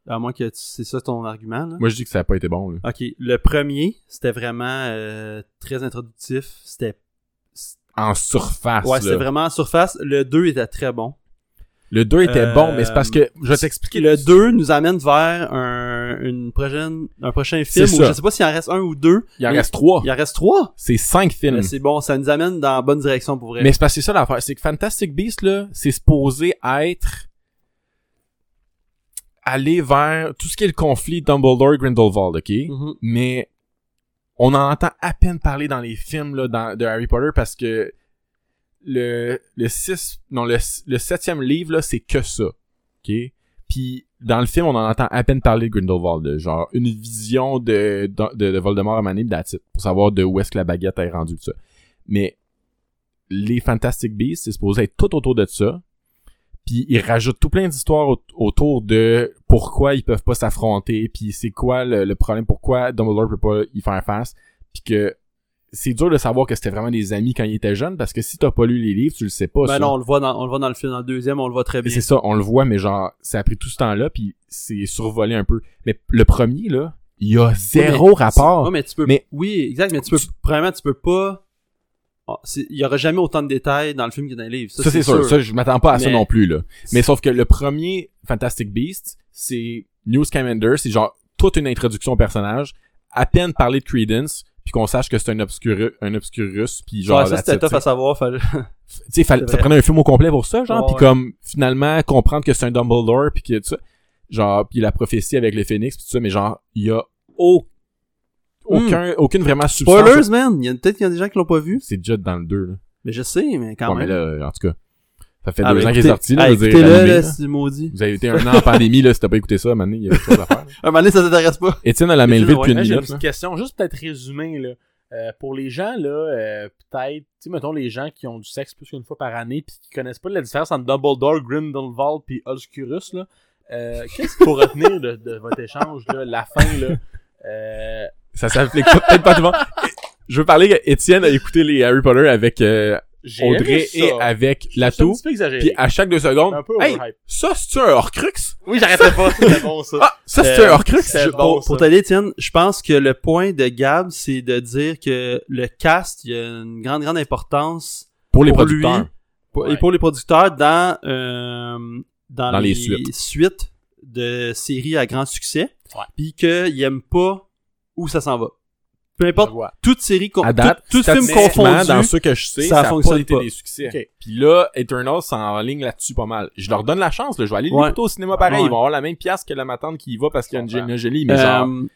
E: à moins que tu- c'est ça ton argument. Là.
F: Moi, je dis que ça a pas été bon. là.
E: Ok, le premier, c'était vraiment euh, très introductif. C'était
F: En surface.
E: ouais,
F: là.
E: c'était vraiment en surface. Le 2 était très bon.
F: Le 2 était
E: Euh,
F: bon, mais c'est parce que je vais t'expliquer.
E: Le 2 nous amène vers un, une prochaine, un prochain film.
F: C'est
E: Où
F: ça. Oh.
E: je sais pas s'il en reste un ou deux.
F: Il en
E: mais
F: reste 3.
E: Il en reste trois.
F: C'est 5 films.
E: Mais C'est bon, ça nous amène dans la bonne direction pour vrai.
F: Mais c'est parce que c'est ça l'affaire. C'est que Fantastic Beasts, là, c'est supposé être aller vers tout ce qui est le conflit Dumbledore-Grindelwald, ok?
E: Mhm.
F: Mais on en entend à peine parler dans les films là, dans- de Harry Potter parce que le, le six, non, le, le septième livre, là, c'est que ça, ok? Puis dans le film, on en entend à peine parler de Grindelwald, là, genre une vision de, de, de Voldemort à Manip pour savoir de où est-ce que la baguette est rendue, tout ça. Mais les Fantastic Beasts, c'est supposé être tout autour de ça. Puis ils rajoutent tout plein d'histoires au- autour de pourquoi ils peuvent pas s'affronter, puis c'est quoi le, le problème, pourquoi Dumbledore peut pas y faire face, puis que c'est dur de savoir que c'était vraiment des amis quand ils étaient jeunes, parce que si t'as pas lu les livres, tu le sais pas.
E: Ben
F: ça.
E: non, on le voit dans, on le voit dans le film, dans le deuxième, on le voit très
F: Mais
E: bien.
F: c'est ça, on le voit, mais genre, ça a pris tout ce temps-là, puis c'est survolé un peu. Mais le premier, là, il y a zéro
E: Ouais, mais-
F: rapport.
E: Ouais, mais tu peux.
F: Mais-
E: oui, exact, mais tu peux. Premièrement, tu peux pas. Ah, c'est- Il y aura jamais autant de détails dans le film que dans les livres.
F: ça, c'est sûr. Ça, je m'attends pas à ça
E: Mais-
F: non plus, là. Mais sauf que le premier Fantastic Beast, c'est New Scamander, c'est genre toute une introduction au personnage, à peine parler de Credence, puis qu'on sache que c'est un, obscuru, un obscurus, puis genre...
E: Ouais, ça, c'était
F: that's it,
E: tough à savoir. fallait-
F: tu sais, fallait-
E: C'est
F: ça
E: vrai.
F: prenait un film au complet pour ça, genre,
E: Ouais,
F: puis
E: ouais.
F: comme finalement comprendre que c'est un Dumbledore, puis que tu sais, genre, puis la prophétie avec le phénix, puis tout ça, mais genre, il y a au- aucun, aucune vraiment substance.
E: Hmm. Spoilers, man! Il y a peut-être qu'il y a des gens qui l'ont pas vu.
F: C'est déjà dans le 2, là.
E: Mais je sais, mais quand
F: Ouais,
E: même.
F: mais là, en tout cas, ça fait
E: Ah,
F: deux
E: ben,
F: ans qu'il est
E: écoutez-
F: sorti, là,
E: ah,
F: je veux dire,
E: écoutez-le,
F: allumez,
E: là,
F: là.
E: c'est maudit.
F: Vous avez été un an en pandémie, là, si t'as pas écouté ça, maintenant, il y avait quelque chose
E: (laughs)
F: à faire.
E: Un moment donné, ça t'intéresse pas.
F: Étienne, elle a même
E: Étienne,
F: vu Ah, depuis une
C: Moi, j'ai une
F: minute.
C: petite question, juste peut-être résumée, là. Euh, pour les gens, là, euh, peut-être, tu sais, mettons les gens qui ont du sexe plus qu'une fois par année puis qui connaissent pas la différence entre Dumbledore, Grindelwald puis Obscurus, là,
F: (laughs)
C: euh, qu'est-ce qu'il faut retenir de, de votre échange, là, la fin, là? Euh,
F: Ça s'applique pas- peut-être pas tout le monde. Je veux parler qu'Étienne a écouté les Harry Potter avec euh,
C: j'ai aimé
F: Audrey
C: ça.
F: et avec
C: C'est un
F: Latou.
C: petit peu exagéré.
F: Puis à chaque deux secondes,
C: un peu
F: hey,
C: overhype.
F: ça c'est-tu un Horcrux?
C: Oui, j'arrêtais pas, c'était bon, ça.
F: Ah, ça c'est
C: Euh,
F: un Horcrux?
C: c'est-
E: Je-
C: bon,
E: pour
C: ça.
E: pour t'aider, Étienne, je pense que le point de Gab, c'est de dire que le cast, il y a une grande, grande importance
F: Pour les
E: pour
F: producteurs.
E: lui, pour-
C: Ouais.
E: et pour les producteurs dans, euh, dans,
F: Dans
E: les,
F: les
E: suites.
F: suites.
E: de séries à grand succès,
C: Ouais.
E: puis qu'ils n'aiment pas où ça s'en va. Peu
F: Ah!
E: importe,
C: Ouais.
E: toute série, con-
F: à date,
E: tout, tout film
F: statistiquement,
E: confondu,
F: dans ceux que je sais,
E: ça
F: ça, a pas
E: fonctionne
F: été
E: pas.
F: des succès.
C: Ok.
F: Puis là, Eternals s'enligne là-dessus pas mal. Je leur donne la chance, là. je vais aller
E: Ouais.
F: l'écouter au cinéma pareil.
E: Ouais.
F: Ils vont avoir la même pièce que la matante qui y va parce qu'il y a
C: Je comprends.
F: Angelina Jolie, mais genre...
E: euh,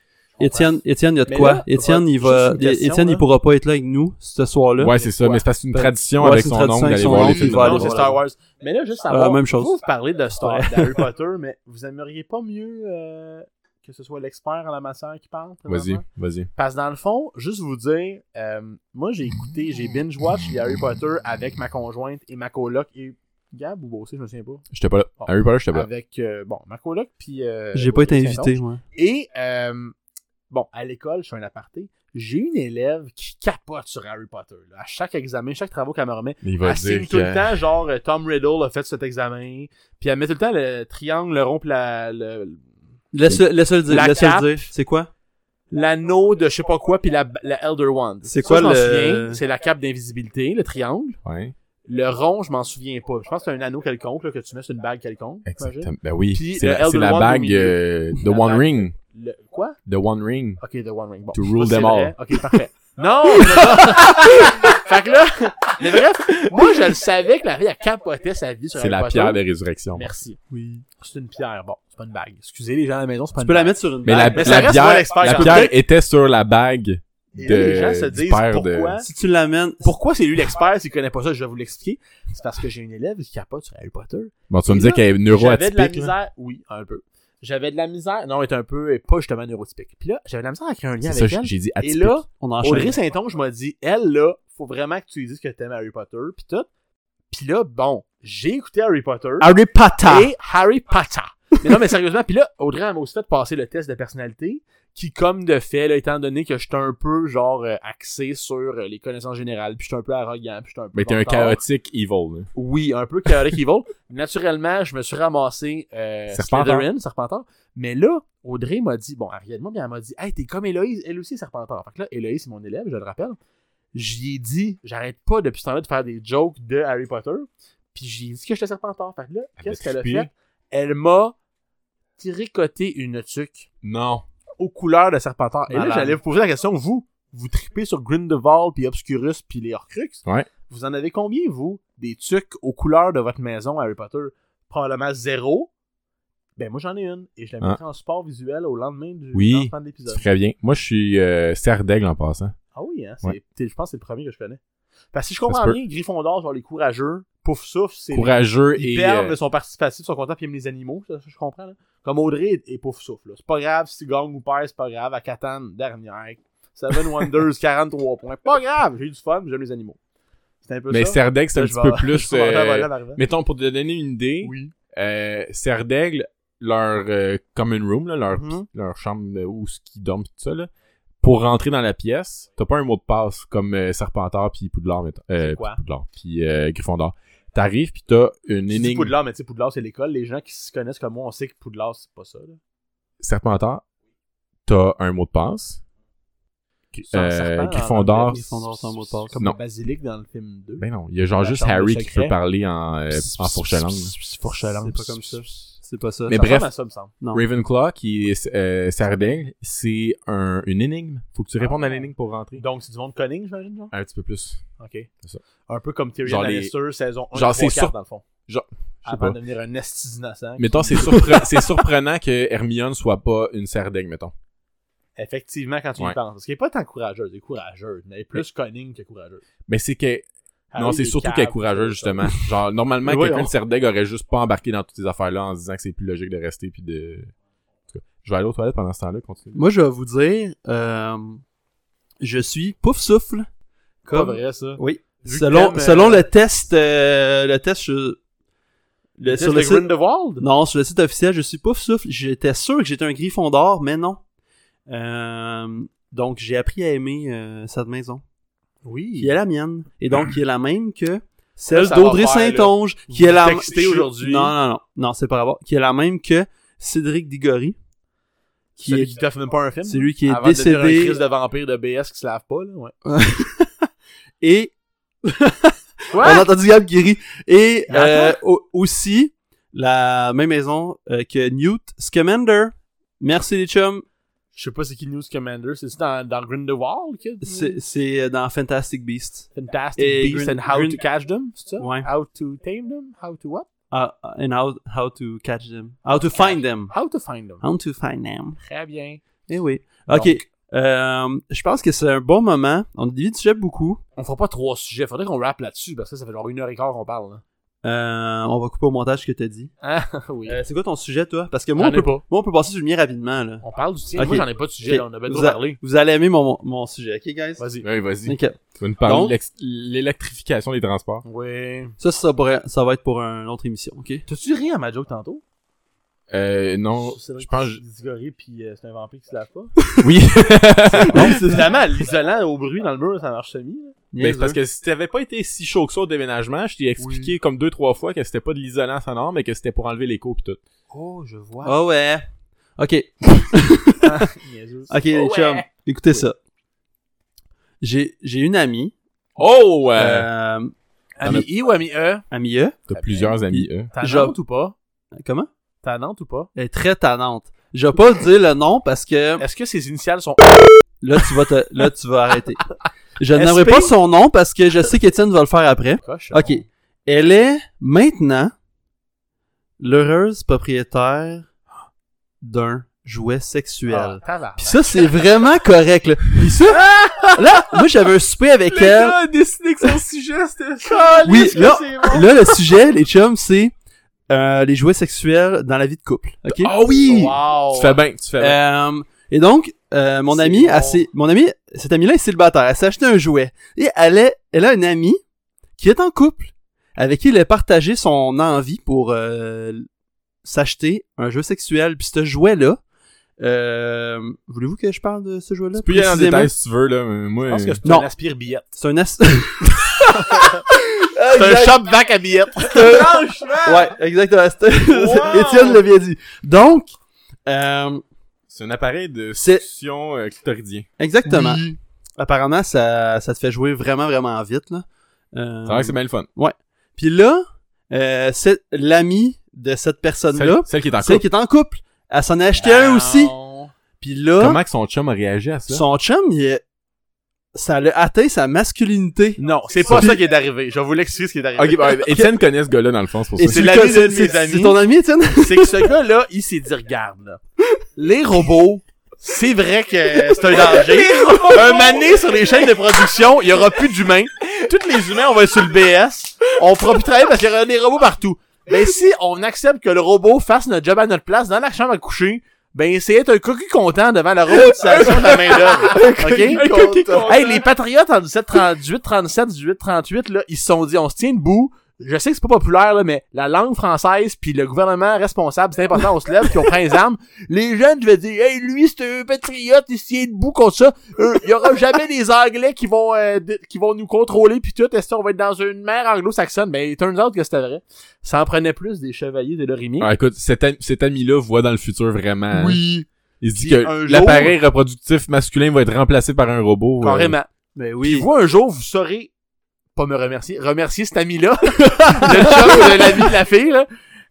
E: Étienne, Étienne, il y a de
F: Mais
E: quoi?
F: là,
E: Étienne, il
F: Rod,
E: va,
F: juste une question,
E: Étienne, il
F: là.
E: pourra pas être là avec nous ce soir-là.
F: Ouais, c'est ça,
C: Ouais.
F: mais c'est parce que c'est une
E: Euh, Ouais,
F: tradition
E: c'est
F: avec
E: une
F: son
E: tradition
F: oncle
E: avec
F: d'aller
E: son
F: voir les
E: oncle,
F: films
E: il
F: de
E: va aller
C: Non,
E: voir
C: c'est
F: Marvel.
C: Star Wars. Mais là, juste savoir,
E: Euh, même chose.
C: vous parlez de Star,
E: Ouais. (laughs)
C: d'Harry Potter, mais vous aimeriez pas mieux euh, que ce soit l'expert en la matière qui parle?
F: Vas-y,
C: présentement?
F: vas-y.
C: Parce que dans le fond, juste vous dire, euh, moi j'ai écouté, j'ai binge-watch les Harry Potter avec ma conjointe et ma coloc et Gab ou Bossé, je me souviens pas.
F: J'étais pas là.
C: Bon.
F: Harry Potter, j'étais pas là.
C: Avec, euh, bon, ma coloc puis... euh,
E: J'ai pas été
C: Bossé,
E: invité, moi.
C: et, euh, bon, à l'école, je suis un aparté, j'ai une élève qui capote sur Harry Potter. là. À chaque examen, chaque travaux qu'elle me remet,
F: Il
C: elle signe tout le temps, genre, euh, Tom Riddle a fait cet examen, puis elle met tout le temps le triangle, le rond, puis la- le-
E: Laisse-le laisse-le dire,
C: La
E: laisse-le
C: cape.
E: dire. C'est quoi?
C: l'anneau de je sais pas quoi, puis la, la Elder Wand.
E: C'est
C: Ça,
E: quoi
C: je m'en
E: le-
C: souviens, C'est la cape d'invisibilité, le triangle.
F: Ouais,
C: Le rond, je m'en souviens pas. Je pense que c'est un anneau quelconque là, que tu mets sur une bague quelconque. j'imagine.
F: exactement. Ben oui,
C: Puis,
F: c'est
C: euh,
F: la,
C: Elder
F: c'est la
C: Wand au
F: bague
C: milieu.
F: euh, The
C: La
F: One
C: bague.
F: Ring.
C: Le... Quoi?
F: The One Ring.
C: Ok, The One Ring. Bon,
F: To
C: je sais
F: rule
C: pas si
F: them
C: c'est
F: all.
C: vrai. Ok, parfait. Non! mais là- (laughs) fait que là, mais bref, moi je le savais que la vie, elle capotait sa vie sur
F: C'est
C: Harry
F: la
C: Potter.
F: pierre de résurrection.
C: Merci.
E: Oui.
C: C'est une pierre. Bon, c'est pas une bague. Excusez les gens à la maison, c'est pas
E: Tu
C: une
E: peux la
C: bague.
E: mettre sur une
F: Mais la,
E: bague.
C: Mais ça
F: la
C: reste moi l'expert,
F: pierre, la
C: quand même.
F: pierre était sur la bague.
C: Et là, les gens
F: de-
C: se
F: du
C: disent
F: père de- (laughs)
C: pourquoi.
E: Si tu l'amènes,
C: Pourquoi c'est lui l'expert s'il connaît pas ça, je vais vous l'expliquer. C'est parce que j'ai une élève qui capote sur Harry Potter.
F: Bon, tu vas me
C: Et
F: dire
C: là,
F: qu'elle est
C: J'avais de la
F: neuroatypique. là.
C: misère, oui, un peu. j'avais de la misère. Non, elle était un peu, elle est pas justement neurotypique. Puis là, j'avais de la misère à créer un lien
F: C'est
C: avec
F: ça,
C: elle.
F: j'ai dit
C: Et
F: atypique.
C: là,
E: On enchaîne.
C: Audrey Saint-Onge je m'a dit, elle, là, faut vraiment que tu lui dises que t'aimes Harry Potter, pis tout. Pis là, bon, j'ai écouté Harry Potter.
E: Harry Potter.
C: Et Harry Potter. mais non, mais sérieusement, puis là, Audrey elle m'a aussi fait passer le test de personnalité, qui, comme de fait, là, étant donné que j'étais un peu, genre, euh, axé sur euh, les connaissances générales, puis j'étais un peu arrogant, puis j'étais un peu...
F: Mais t'es un
C: bâtard.
F: chaotique evil. là.
C: Oui, un peu chaotique evil. Naturellement, je me suis ramassé euh,
F: Serpentor.
C: Slytherin, Serpentor. Mais là, Audrey m'a dit, bon, elle moi, elle m'a dit, hey, t'es comme Héloïse, elle aussi est Serpentor. Fait que là, Héloïse, c'est mon élève, je le rappelle. J'y ai dit, j'arrête pas depuis ce temps-là de faire des jokes de Harry Potter. Puis j'ai dit que j'étais Serpentor. Fait que là,
F: Elle
C: qu'est-ce
F: m'a
C: qu'elle a
F: trippé.
C: fait? Elle m'a tricoté une tuque
F: Non.
C: aux couleurs de Serpentor. Et là,
E: Malade.
C: j'allais vous poser la question, vous, vous tripez sur Grindelwald, puis Obscurus, puis les Horcruxes.
F: Ouais.
C: Vous en avez combien, vous, des trucs aux couleurs de votre maison Harry Potter? Probablement zéro. Ben, moi, j'en ai une. Et je la
F: Ah.
C: mettrai en support visuel au lendemain du
F: Oui.
C: lancement de
F: Tu
C: l'épisode.
F: ferais bien. Moi, je suis euh, Serdaigle en passant.
C: Ah oui, hein? c'est-
F: Ouais.
C: t'es- Je pense que c'est le premier que je connais. Parce que si je
F: Ça
C: comprends
F: se peut.
C: bien, Gryffondor, genre les courageux, Pouf Souffle, c'est...
F: Courageux
C: Ils
F: et...
C: perdent,
F: euh,
C: mais sont participatifs, sont contents, puis ils aiment les animaux, ça, ça, je comprends. Là. Comme Audrey et Pouf Souffle. là. C'est pas grave si tu gagnes ou perds, c'est pas grave. À Catane, dernière. Seven
F: (laughs)
C: Wonders, 43 points. Pas grave, j'ai eu du fun, j'aime les animaux. C'est un peu
F: mais
C: ça.
F: Serdaigle, c'est un
C: Là,
F: petit
C: je
F: peu
C: vais- (laughs)
F: plus...
C: je vais
F: euh,
C: m'en aller en arrivant.
F: Mettons, pour te donner une idée,
C: Oui.
F: euh, Serdaigle, leur euh, common room, là, leur,
C: Mhm.
F: leur chambre euh, où ce qui dorment pis tout ça, là, pour rentrer dans la pièce, t'as pas un mot de passe comme euh, Serpentard puis Poudlard, mettons. Euh,
C: C'est quoi?
F: Poudlard puis euh, Gryffondor. T'arrives puis t'as une
C: Tu dis
F: énigme
C: Poudlard, mais tu sais, Poudlard, c'est l'école. Les gens qui se connaissent comme moi, on sait que Poudlard, c'est pas ça.
F: Euh,
C: Là.
F: Serpentard, t'as un mot de passe.
C: C'est un
F: Euh,
C: serpent en
F: Gryffondor,
C: anglais,
E: Gryffondor, c'est un mot de passe.
C: Comme
F: Non.
C: le basilic dans le film 2.
F: Ben non, il y a genre
C: La
F: juste
C: chambre
F: Harry
C: des
F: qui
C: secrets.
F: peut parler en, euh, en fourche à langue.
E: C'est pas comme ça. C'est pas ça.
F: Mais
C: Ça ressemble
F: bref.
C: à ça, me semble.
E: Non.
F: Ravenclaw, qui est euh, Sardaigle, c'est un, une énigme. Faut que tu répondes à l'énigme pour rentrer.
C: Ah. Donc, c'est du monde conning, j'imagine, genre?
F: Un petit peu plus.
C: OK.
F: C'est ça.
C: Un peu comme Tyrion
F: Genre les-
C: Lannister, saison 1
F: Genre, c'est
C: sûr
F: sur-
C: dans le fond.
F: Je sais
C: Avant
F: pas.
C: de devenir un esti d'innocent.
F: Mettons, c'est surpre- (laughs) c'est surprenant que Hermione soit pas une Sardaigle, mettons.
C: Effectivement, quand tu y
F: Ouais.
C: penses. Parce qu'elle est pas tant courageuse, elle est courageuse, mais elle est plus conning que courageuse.
F: Mais c'est que... non,
C: Harry,
F: c'est
C: il
F: surtout
C: cave,
F: qu'elle est courageuse,
C: tout ça.
F: justement. Genre, normalement,
C: Mais
F: quelqu'un
C: voyons.
F: de Sardaigle aurait juste pas embarqué dans toutes ces affaires-là en se disant que c'est plus logique de rester puis de... En tout cas, je vais aller aux toilettes pendant ce temps-là, continue.
E: Moi, je vais vous dire, euh, je suis pouf souffle.
C: Pas
E: Comme
C: vrai, ça.
E: oui.
C: Vu
E: Selon,
C: que t'aimes,
E: selon
C: euh,
E: le test, euh, le test sur le, sur le
C: le
E: site,
C: Grindelwald?
E: non, sur le site officiel, je suis pouf souffle. J'étais sûr que j'étais un griffon d'or, mais non. Euh, donc, j'ai appris à aimer euh, cette maison, qui
C: Oui.
E: est la mienne, et donc qui est la même que celle
C: Ça, ça va
E: d'Audrey
C: faire, là.
E: Saint-Onge,
C: Vous
E: qui est la
C: textez
E: je-
C: aujourd'hui.
E: Non, non, non, non, c'est pas grave. Qui est la même que Cédric Diggory, qui
C: Celui
E: est
C: qui t'offre même pas un film.
E: celui qui est
C: Avant de devenir un
E: décédé
C: Christ de vampire de BS qui se lave pas, là, ouais.
E: et
C: Quoi?
E: On a entendu Gab qui rit. Et
C: Mais attends.
E: euh, au- aussi, la même maison euh, que Newt Scamander. Merci les chums.
C: Je sais pas c'est qui News Commander, c'est-tu dans, dans Grindelwald? que-
E: C'est c'est, euh, dans Fantastic Beast.
C: Fantastic
F: Eh,
E: Et
C: Beasts
E: Grin-
C: and How
E: Grin-
C: to Catch Them, c'est ça?
E: Ouais.
C: How to Tame Them? How to what?
E: Ah, and how, how to catch them. How to find them.
C: How to Find
F: Hein?
C: Them.
E: How to find them.
C: Très bien.
E: Eh oui. OK. Euh, je pense que c'est un bon moment. On divise déjà beaucoup.
C: On fera pas trois sujets, faudrait qu'on rappe là-dessus, parce que ça fait genre une heure et quart qu'on parle, hein. là.
E: Euh, on va couper au montage ce que t'as dit.
C: Ah, (laughs) oui.
E: Euh, c'est quoi ton sujet, toi? Parce que moi, on
C: J'en ai
E: peut,
C: pas.
E: moi, on peut passer sur le mien rapidement. Là.
C: On parle du tien.
E: Ok.
C: Moi, j'en ai pas de sujet,
E: Ok.
C: là, on a bien
E: Vous
C: trop
E: a-
C: parlé.
E: Vous allez aimer mon, mon sujet. OK, guys?
C: Vas-y.
F: Oui, vas-y.
E: OK.
F: Tu vas nous parler
E: Donc-
F: de l'ex- l'électrification des transports.
C: Oui.
E: Ça, ça, pourrait- ça va être pour une autre émission, OK?
C: T'as-tu ri à ma joke tantôt?
F: Euh, non,
C: C'est
F: je pense...
C: Disgoré, puis euh, c'est un vampire qui se lave pas.
F: (laughs) Oui!
C: (laughs) non, c'est vraiment l'isolant au bruit dans le mur, ça marche semi. là.
F: Mais c'est parce que si t'avais pas été si chaud que ça au déménagement, je t'ai expliqué comme deux, trois fois que c'était pas de l'isolant sonore, mais que c'était pour enlever l'écho pis tout.
C: Oh, je vois.
E: Ah ouais. Ok,
C: Ah. Niaiseux.
E: ok, les chums, écoutez ça. J'ai, j'ai une amie,
F: Oh! Euh,
E: euh,
C: Ami I ou ami E?
E: amie E.
F: T'as plusieurs amis, hein. eux.
C: Tannante ou pas?
E: Comment?
C: Tannante ou pas?
E: Elle est très tannante. Je vais pas (laughs) dire le nom parce que
C: Est-ce que ses initiales sont
E: là tu vas te, là tu vas arrêter. Je
F: (laughs)
C: SP?
E: n'aimerais pas son nom parce que je sais qu'Étienne va le faire après.
C: coches?
E: Ok, elle est maintenant l'heureuse propriétaire d'un jouet
F: Ah,
E: sexuel. Pis ça, c'est vraiment correct, là. Pis
F: (laughs)
E: ça, là, moi, j'avais un souper avec elle.
C: a décidé que son sujet c'était
E: Oui, là, là, le sujet, les chums, c'est euh, les jouets sexuels dans la vie de couple. OK?
F: Ah oui!
C: Wow.
F: Tu fais bien, tu fais bien.
E: Euh, et donc, euh, mon
C: C'est
E: ami,
C: bon.
E: a ses- mon ami, cette amie-là est célibataire. Elle s'est acheté un jouet. Et elle, est- elle a une amie qui est en couple, avec qui elle a partagé son envie pour euh, s'acheter un jeu sexuel. Puis ce jouet-là, euh, voulez-vous que je parle de ce jouet-là?
F: Tu peux y aller en
E: Euh, précisément?
F: détail si tu veux, là, mais moi...
C: Je pense que c'est
E: Non.
C: un aspire-billette.
E: C'est un as-
C: C'est un shop vac à
E: (laughs)
C: billette.
E: ouais, exactement. C'est-
C: Wow!
E: Étienne l'avait dit. Donc, euh,
F: c'est un appareil de
E: C'est- Hum.
F: succion euh, clitoridien.
E: exactement. Apparemment, ça, ça te fait jouer vraiment, vraiment vite. Là. Euh,
F: C'est vrai que c'est bien le fun.
E: Puis là, euh, c'est l'ami de cette
F: Celle,
E: personne-là,
F: celle qui est en
E: celle
F: couple.
E: qui est en couple, elle s'en a acheté
C: Ah,
E: un aussi. Puis là,
F: Comment que son chum a réagi à ça?
E: son chum, il est... ça l'a atteint sa masculinité.
C: Non, c'est pas ça qui est arrivé. Je vais vous l'expliquer ce qui est arrivé.
F: Ok, bah, Étienne connaît ce gars-là, dans le fond, c'est pour ça.
C: Et- c'est l'ami
E: quoi,
C: d'un
E: c'est-
C: de mes
E: c'est-
C: amis.
E: C'est ton ami,
F: (laughs)
E: Étienne?
C: c'est que ce gars-là, il s'est dit, regarde, là, les robots, c'est vrai que c'est un danger. un mané sur les chaînes de production, il y aura plus d'humains. Tous les humains, on va être sur le BS. On pourra plus travailler parce qu'il y aura des robots partout. Mais si on accepte que le robot fasse notre job à notre place dans la chambre à coucher, ben c'est être un cocu content devant la robotisation de la main d'œuvre.
E: (laughs)
F: Un
C: Ok?
F: coquille content.
C: Hey, les patriotes en 17, 38, 37, 18, 38, là, ils se sont dit, on se tient debout. Je sais que c'est pas populaire, là, mais la langue française puis le gouvernement responsable, c'est important, on se lève puis on prend les armes. Les jeunes, je vais dire, hey, lui, c'est un patriote, il se tient debout contre ça. Euh, Il y aura jamais des Anglais qui vont, euh, d- qui vont nous contrôler puis tout. Est-ce qu'on va être dans une mer anglo-saxonne? Ben, il turns out que c'était vrai. Ça en prenait plus des chevaliers de l'Orimier.
F: Ah, écoute, cet, am- cet ami-là voit dans le futur vraiment. hein.
C: Oui.
F: Il se dit
C: Puis un
F: que
C: jour-
F: l'appareil reproductif masculin va être remplacé par un robot. euh,
C: Carrément.
E: Ben
C: Puis
E: oui.
C: vous, un jour, vous saurez pas me remercier, remercier cet ami-là, le chum de l'ami de la fille, là,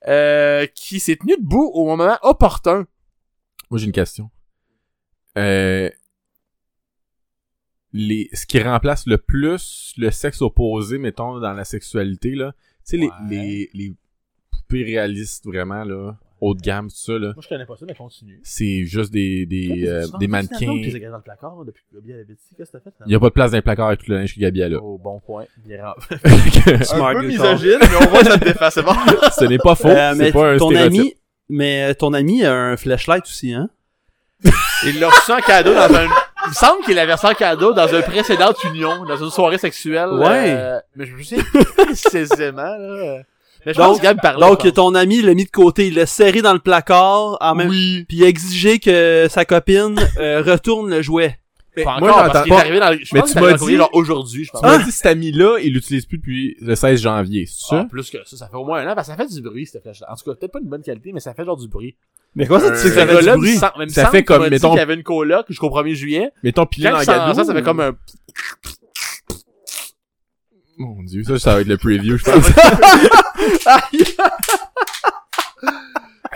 C: euh, qui s'est tenu debout au moment opportun.
F: Moi, j'ai une question. Euh, les, ce qui remplace le plus le sexe opposé, mettons, dans la sexualité, là, tu sais, les- les, les, poupées réalistes, vraiment, là, haut de gamme, tout ça, là,
C: Moi, je connais pas ça, mais continue.
F: c'est juste des, des, euh, des mannequins. Il
C: dans le placard depuis que Gabi avait dit, qu'est-ce que t'as fait?
F: n'y a pas de place dans les placards avec tout le linge que Gabi a là. (laughs)
C: Oh, bon point. Bien grave.
E: Smart girl.
C: mais on voit que ça te déface, c'est bon.
F: Ce n'est pas faux,
E: Euh, mais
F: c'est pas un
E: ton
F: stéréotype.
E: ami, mais ton ami a un flashlight aussi, hein?
C: (laughs) Il l'a reçu en cadeau dans un... Il me semble qu'il l'avait reçu en cadeau dans une précédente union, dans une soirée sexuelle.
E: Ouais.
C: euh, mais je me souviens précisément, là. Mais je pense que Gab parlait.
E: Donc
C: je pense.
E: ton ami il l'a mis de côté, il l'a serré dans le placard, en même
C: oui.
E: puis il a exigé que sa copine euh, (laughs) retourne le jouet.
C: Pas
F: moi,
C: encore, parce
F: j'entends
C: qu'il est
F: pas-
C: arrivé dans le... Je
F: Mais
C: pense
F: tu
C: qu'il est arrivé dans
F: m'as
C: le courrier,
F: dit-
C: genre, aujourd'hui, je pense.
F: Tu
E: Ah!
F: m'as dit, cet ami-là, il l'utilise plus depuis le 16 janvier, c'est
C: Ah,
F: ça?
C: plus que ça, ça fait au moins un an, parce que ça fait du bruit, cette flèche-là. En tout cas, peut-être pas une bonne qualité, mais ça fait genre du bruit.
E: Mais comment ça tu sais que ça
C: Ce
E: fait
C: gars-là
E: du
C: me
E: bruit?
C: sem- mais me
F: Ça
C: semble
F: fait
C: qu'il
F: comme,
C: m'a dit
F: mettons-
C: qu'il y avait une coloc jusqu'au 1er juillet.
F: Mettons, pilé
C: Quand
F: dans
C: il
F: le
C: s'en
F: gadou.
C: ça, ça fait comme un...
F: Mon dieu, ça, ça va être le preview,
E: (laughs)
F: je pense.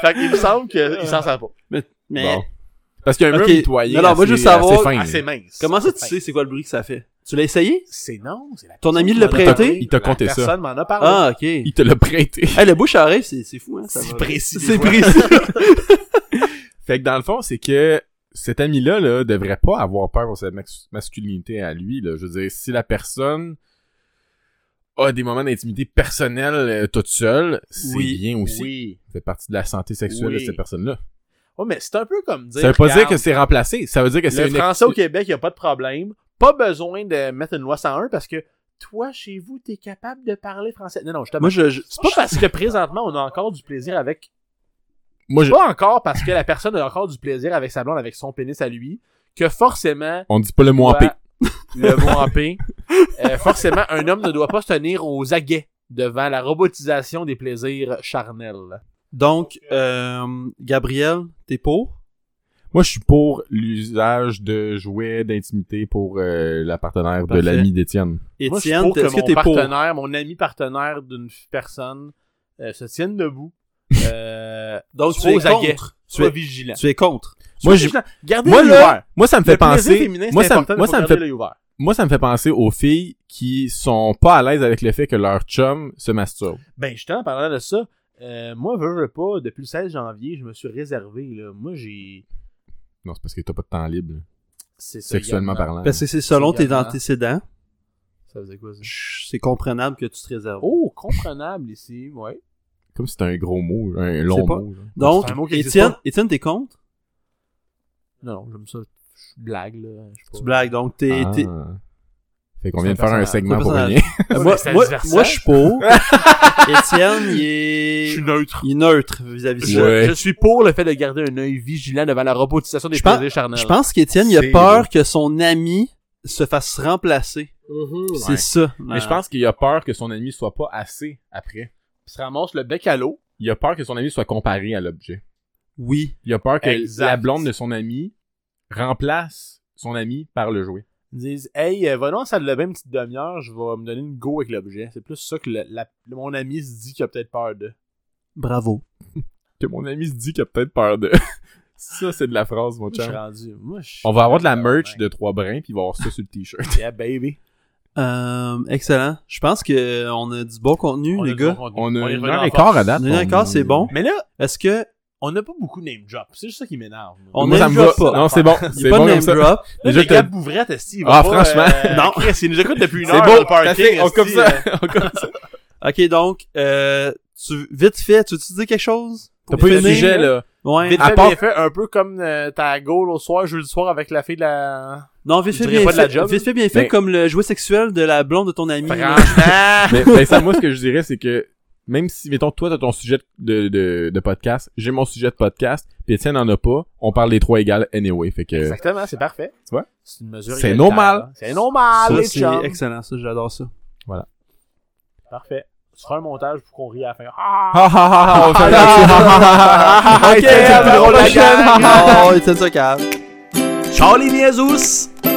C: Fait qu'il me semble qu'il s'en sert pas.
E: Mais
F: Bon. Parce qu'il y a un
E: Ok.
F: mur nettoyé.
E: Non, non, moi, je veux savoir-
F: assez fin.
C: Assez Ah, mince.
E: comment ça tu
C: Fin.
E: sais c'est quoi le bruit que ça fait? Tu l'as essayé?
C: C'est non, c'est la
E: Ton ami
C: personne
E: l'a
C: qui m'en a
E: prêté?
C: parlé.
F: Il t'a compté
C: La
F: ça.
C: Personne m'en a parlé.
E: Ah
C: (laughs)
E: OK.
F: Il te l'a prêté. (laughs)
E: Hey, le bouche à oreille, c'est c'est fou hein, ça
C: c'est
E: va.
C: précis. des
E: C'est
C: fois.
E: précis.
C: (laughs)
F: fait que dans le fond, c'est que cet ami-là, là, devrait pas avoir peur pour sa max- masculinité à lui, là. Je veux dire, si la personne a des moments d'intimité personnelle euh, toute seule, c'est
E: Oui.
F: bien aussi.
C: Oui.
F: Ça fait partie de la santé sexuelle
C: Oui.
F: de cette personne-là.
C: Oh, mais c'est un peu comme dire.
F: Ça veut pas dire
C: regarde,
F: que c'est remplacé. Ça veut dire que c'est
C: Le
F: une...
C: français au Québec, il a pas de problème. Pas besoin de mettre une loi 101 parce que toi, chez vous, t'es capable de parler français. Non, non, je te
E: Moi je, je-
C: C'est pas parce que présentement, on a encore du plaisir avec.
F: Moi, je...
C: Pas encore parce que la personne a encore du plaisir avec sa blonde, avec son pénis à lui, que forcément.
F: On dit pas le mot en
C: doit-
F: P.
C: (laughs) Le mot en P. Euh, forcément, un homme ne doit pas se tenir aux aguets devant la robotisation des plaisirs charnels.
E: donc euh, Gabriel, t'es pour?
F: Moi, je suis pour l'usage de jouets d'intimité pour euh, la partenaire
E: Parfait.
F: de l'ami d'Étienne.
C: Moi, je suis
E: Étienne,
C: pour
E: est-ce
C: que
E: que
C: mon
E: t'es pour?
C: partenaire, mon ami partenaire d'une personne euh, se tienne debout. Euh,
E: Donc tu
C: Soit
E: es
C: aux aguets.
E: contre. Tu
C: sois
E: es,
C: vigilant.
E: tu es contre.
F: Moi, j'ai-
C: j'ai Gardez
F: Moi,
C: l'œil
F: là,
C: ouvert.
F: Moi, ça me fait
C: Le plaisir
F: penser.
C: féminin, c'est
F: moi, ça,
C: important,
F: moi,
C: faut
F: ça me
C: garder
F: fait.
C: l'œil ouvert.
F: Moi, ça me fait penser aux filles qui sont pas à l'aise avec le fait que leur chum se masturbe.
C: Ben, justement, en parlant de ça, euh, moi, veux, veux pas, depuis le 16 janvier, je me suis réservé, là. Moi, j'ai...
F: Non, c'est parce que t'as pas de temps libre,
C: C'est ça,
F: sexuellement
C: également.
F: parlant.
E: Parce que c'est selon
C: C'est
E: tes
C: également.
E: antécédents,
C: Ça faisait quoi, ça?
E: c'est comprenable que tu te réserves.
C: Oh, comprenable ici, ouais.
F: Comme c'est un gros mot, un long
E: pas-
F: mot. là.
E: Donc,
C: C'est un mot qui existe
E: Étienne,
C: pas.
E: Étienne, t'es contre?
C: Non, non, j'aime ça. Je blague, là. Je sais pas.
E: Tu blagues, donc t'es...
F: Ah.
E: t'es-
F: Fait qu'on vient
C: C'est un
F: de faire un
C: personnage.
F: segment
E: C'est un
F: pour
E: personnage.
F: rien.
E: Euh,
C: Ouais,
E: moi,
C: mais c'est
E: moi,
C: adversaire.
E: moi, je suis
F: (laughs)
E: pour. (laughs) Étienne, il est...
C: Je suis neutre.
E: Il est neutre vis-à-vis de
C: Je,
E: ça.
F: Ouais.
C: je suis pour le fait de garder un œil vigilant devant la robotisation des
E: Je pense-
C: plaisirs charnels.
E: Je pense qu'Étienne, il
F: C'est-
E: a peur que son ami se fasse remplacer. Puis
F: Ouais.
E: C'est ça.
F: Mais je pense qu'il a peur que son ami soit pas assez après.
C: Il se ramasse le bec à l'eau.
F: Il a peur que son ami soit comparé à l'objet.
E: Oui.
F: Il a peur que
C: Exact.
F: la blonde de son ami remplace son ami par le jouet.
C: Ils disent Hey, euh, va-nous en salle de bain une petite demi-heure, je vais me donner une go avec l'objet. C'est plus ça que le- la- mon ami se dit qu'il a peut-être peur de.
E: Bravo.
F: Que mon ami se dit qu'il a peut-être peur de. (laughs) ça, c'est de la phrase, mon
C: Je suis
F: chum.
C: rendu. Moi, je suis-
F: On va avoir de la merch de trois brins, puis il va avoir ça sur le t-shirt.
C: Yeah, baby.
E: Euh, excellent. Je pense que euh, on a du bon contenu,
C: On a
E: les
C: du
E: gars.
C: bon contenu.
F: On a
C: est
F: une
C: revenu
F: heure
C: en
F: et quart
C: force.
F: à date.
E: Une heure et quart,
F: On-
E: c'est bon.
C: Mais là,
E: Est-ce que
C: on n'a pas beaucoup name drop. C'est juste ça qui m'énerve. moi.
E: On
F: (laughs) Moi,
E: aime
F: ça me
E: drop
F: va.
E: pas.
F: Non, c'est bon.
E: y a
F: C'est
E: pas
F: bon
E: de
F: comme
E: name
F: ça.
E: drop?
C: Là,
F: Déjà,
C: les
F: t'as-
C: gars bouvrette, esti, il va
F: euh, Ah,
C: pas,
F: franchement,
C: euh,
F: (laughs) non.
C: Chris, il nous écoute depuis une
F: C'est
C: heure.
F: beau,
C: au parking,
F: t'as fait, (laughs) on
C: esti,
F: coupe ça.
C: euh,
E: Ok, donc euh, tu vite fait, tu veux dire quelque chose
F: T'as
E: Pour
F: pas eu de
E: finir?
F: sujet, là.
E: Ouais.
C: Vite
F: À
C: fait,
F: part-
C: bien fait, un peu comme euh, ta goal au soir, jeudi soir avec la fille de la...
E: non, vite
C: je
E: fait,
C: dirais
E: bien
C: pas de la
E: fait.
C: job.
E: Vite fait, bien fait,
F: Mais-
E: comme le jouet sexuel de la blonde de ton ami.
C: Franchement!
F: Mais ben, ça, moi, ce que je dirais, c'est que même si, mettons, toi, t'as ton sujet de, de, de podcast, j'ai mon sujet de podcast, puis Étienne en a pas, on parle des trois égales anyway. Fait que
C: Exactement, c'est parfait.
F: Euh, Tu vois?
C: C'est une mesure
F: C'est
C: égalitaire,
F: normal.
C: hein. C'est normal,
E: ça,
C: les
E: c'est
C: chums.
E: excellent, ça, j'adore ça.
C: Parfait. Tu feras un montage pour qu'on rie à la fin.
F: Ha,
C: Ah!
F: ha, ha, ha, (laughs) on fait un-
C: ok,
E: c'est
C: à la
E: drôle, la
C: prochaine.
E: gang. Oh, Étienne Socave.
C: Ciao les niaisous!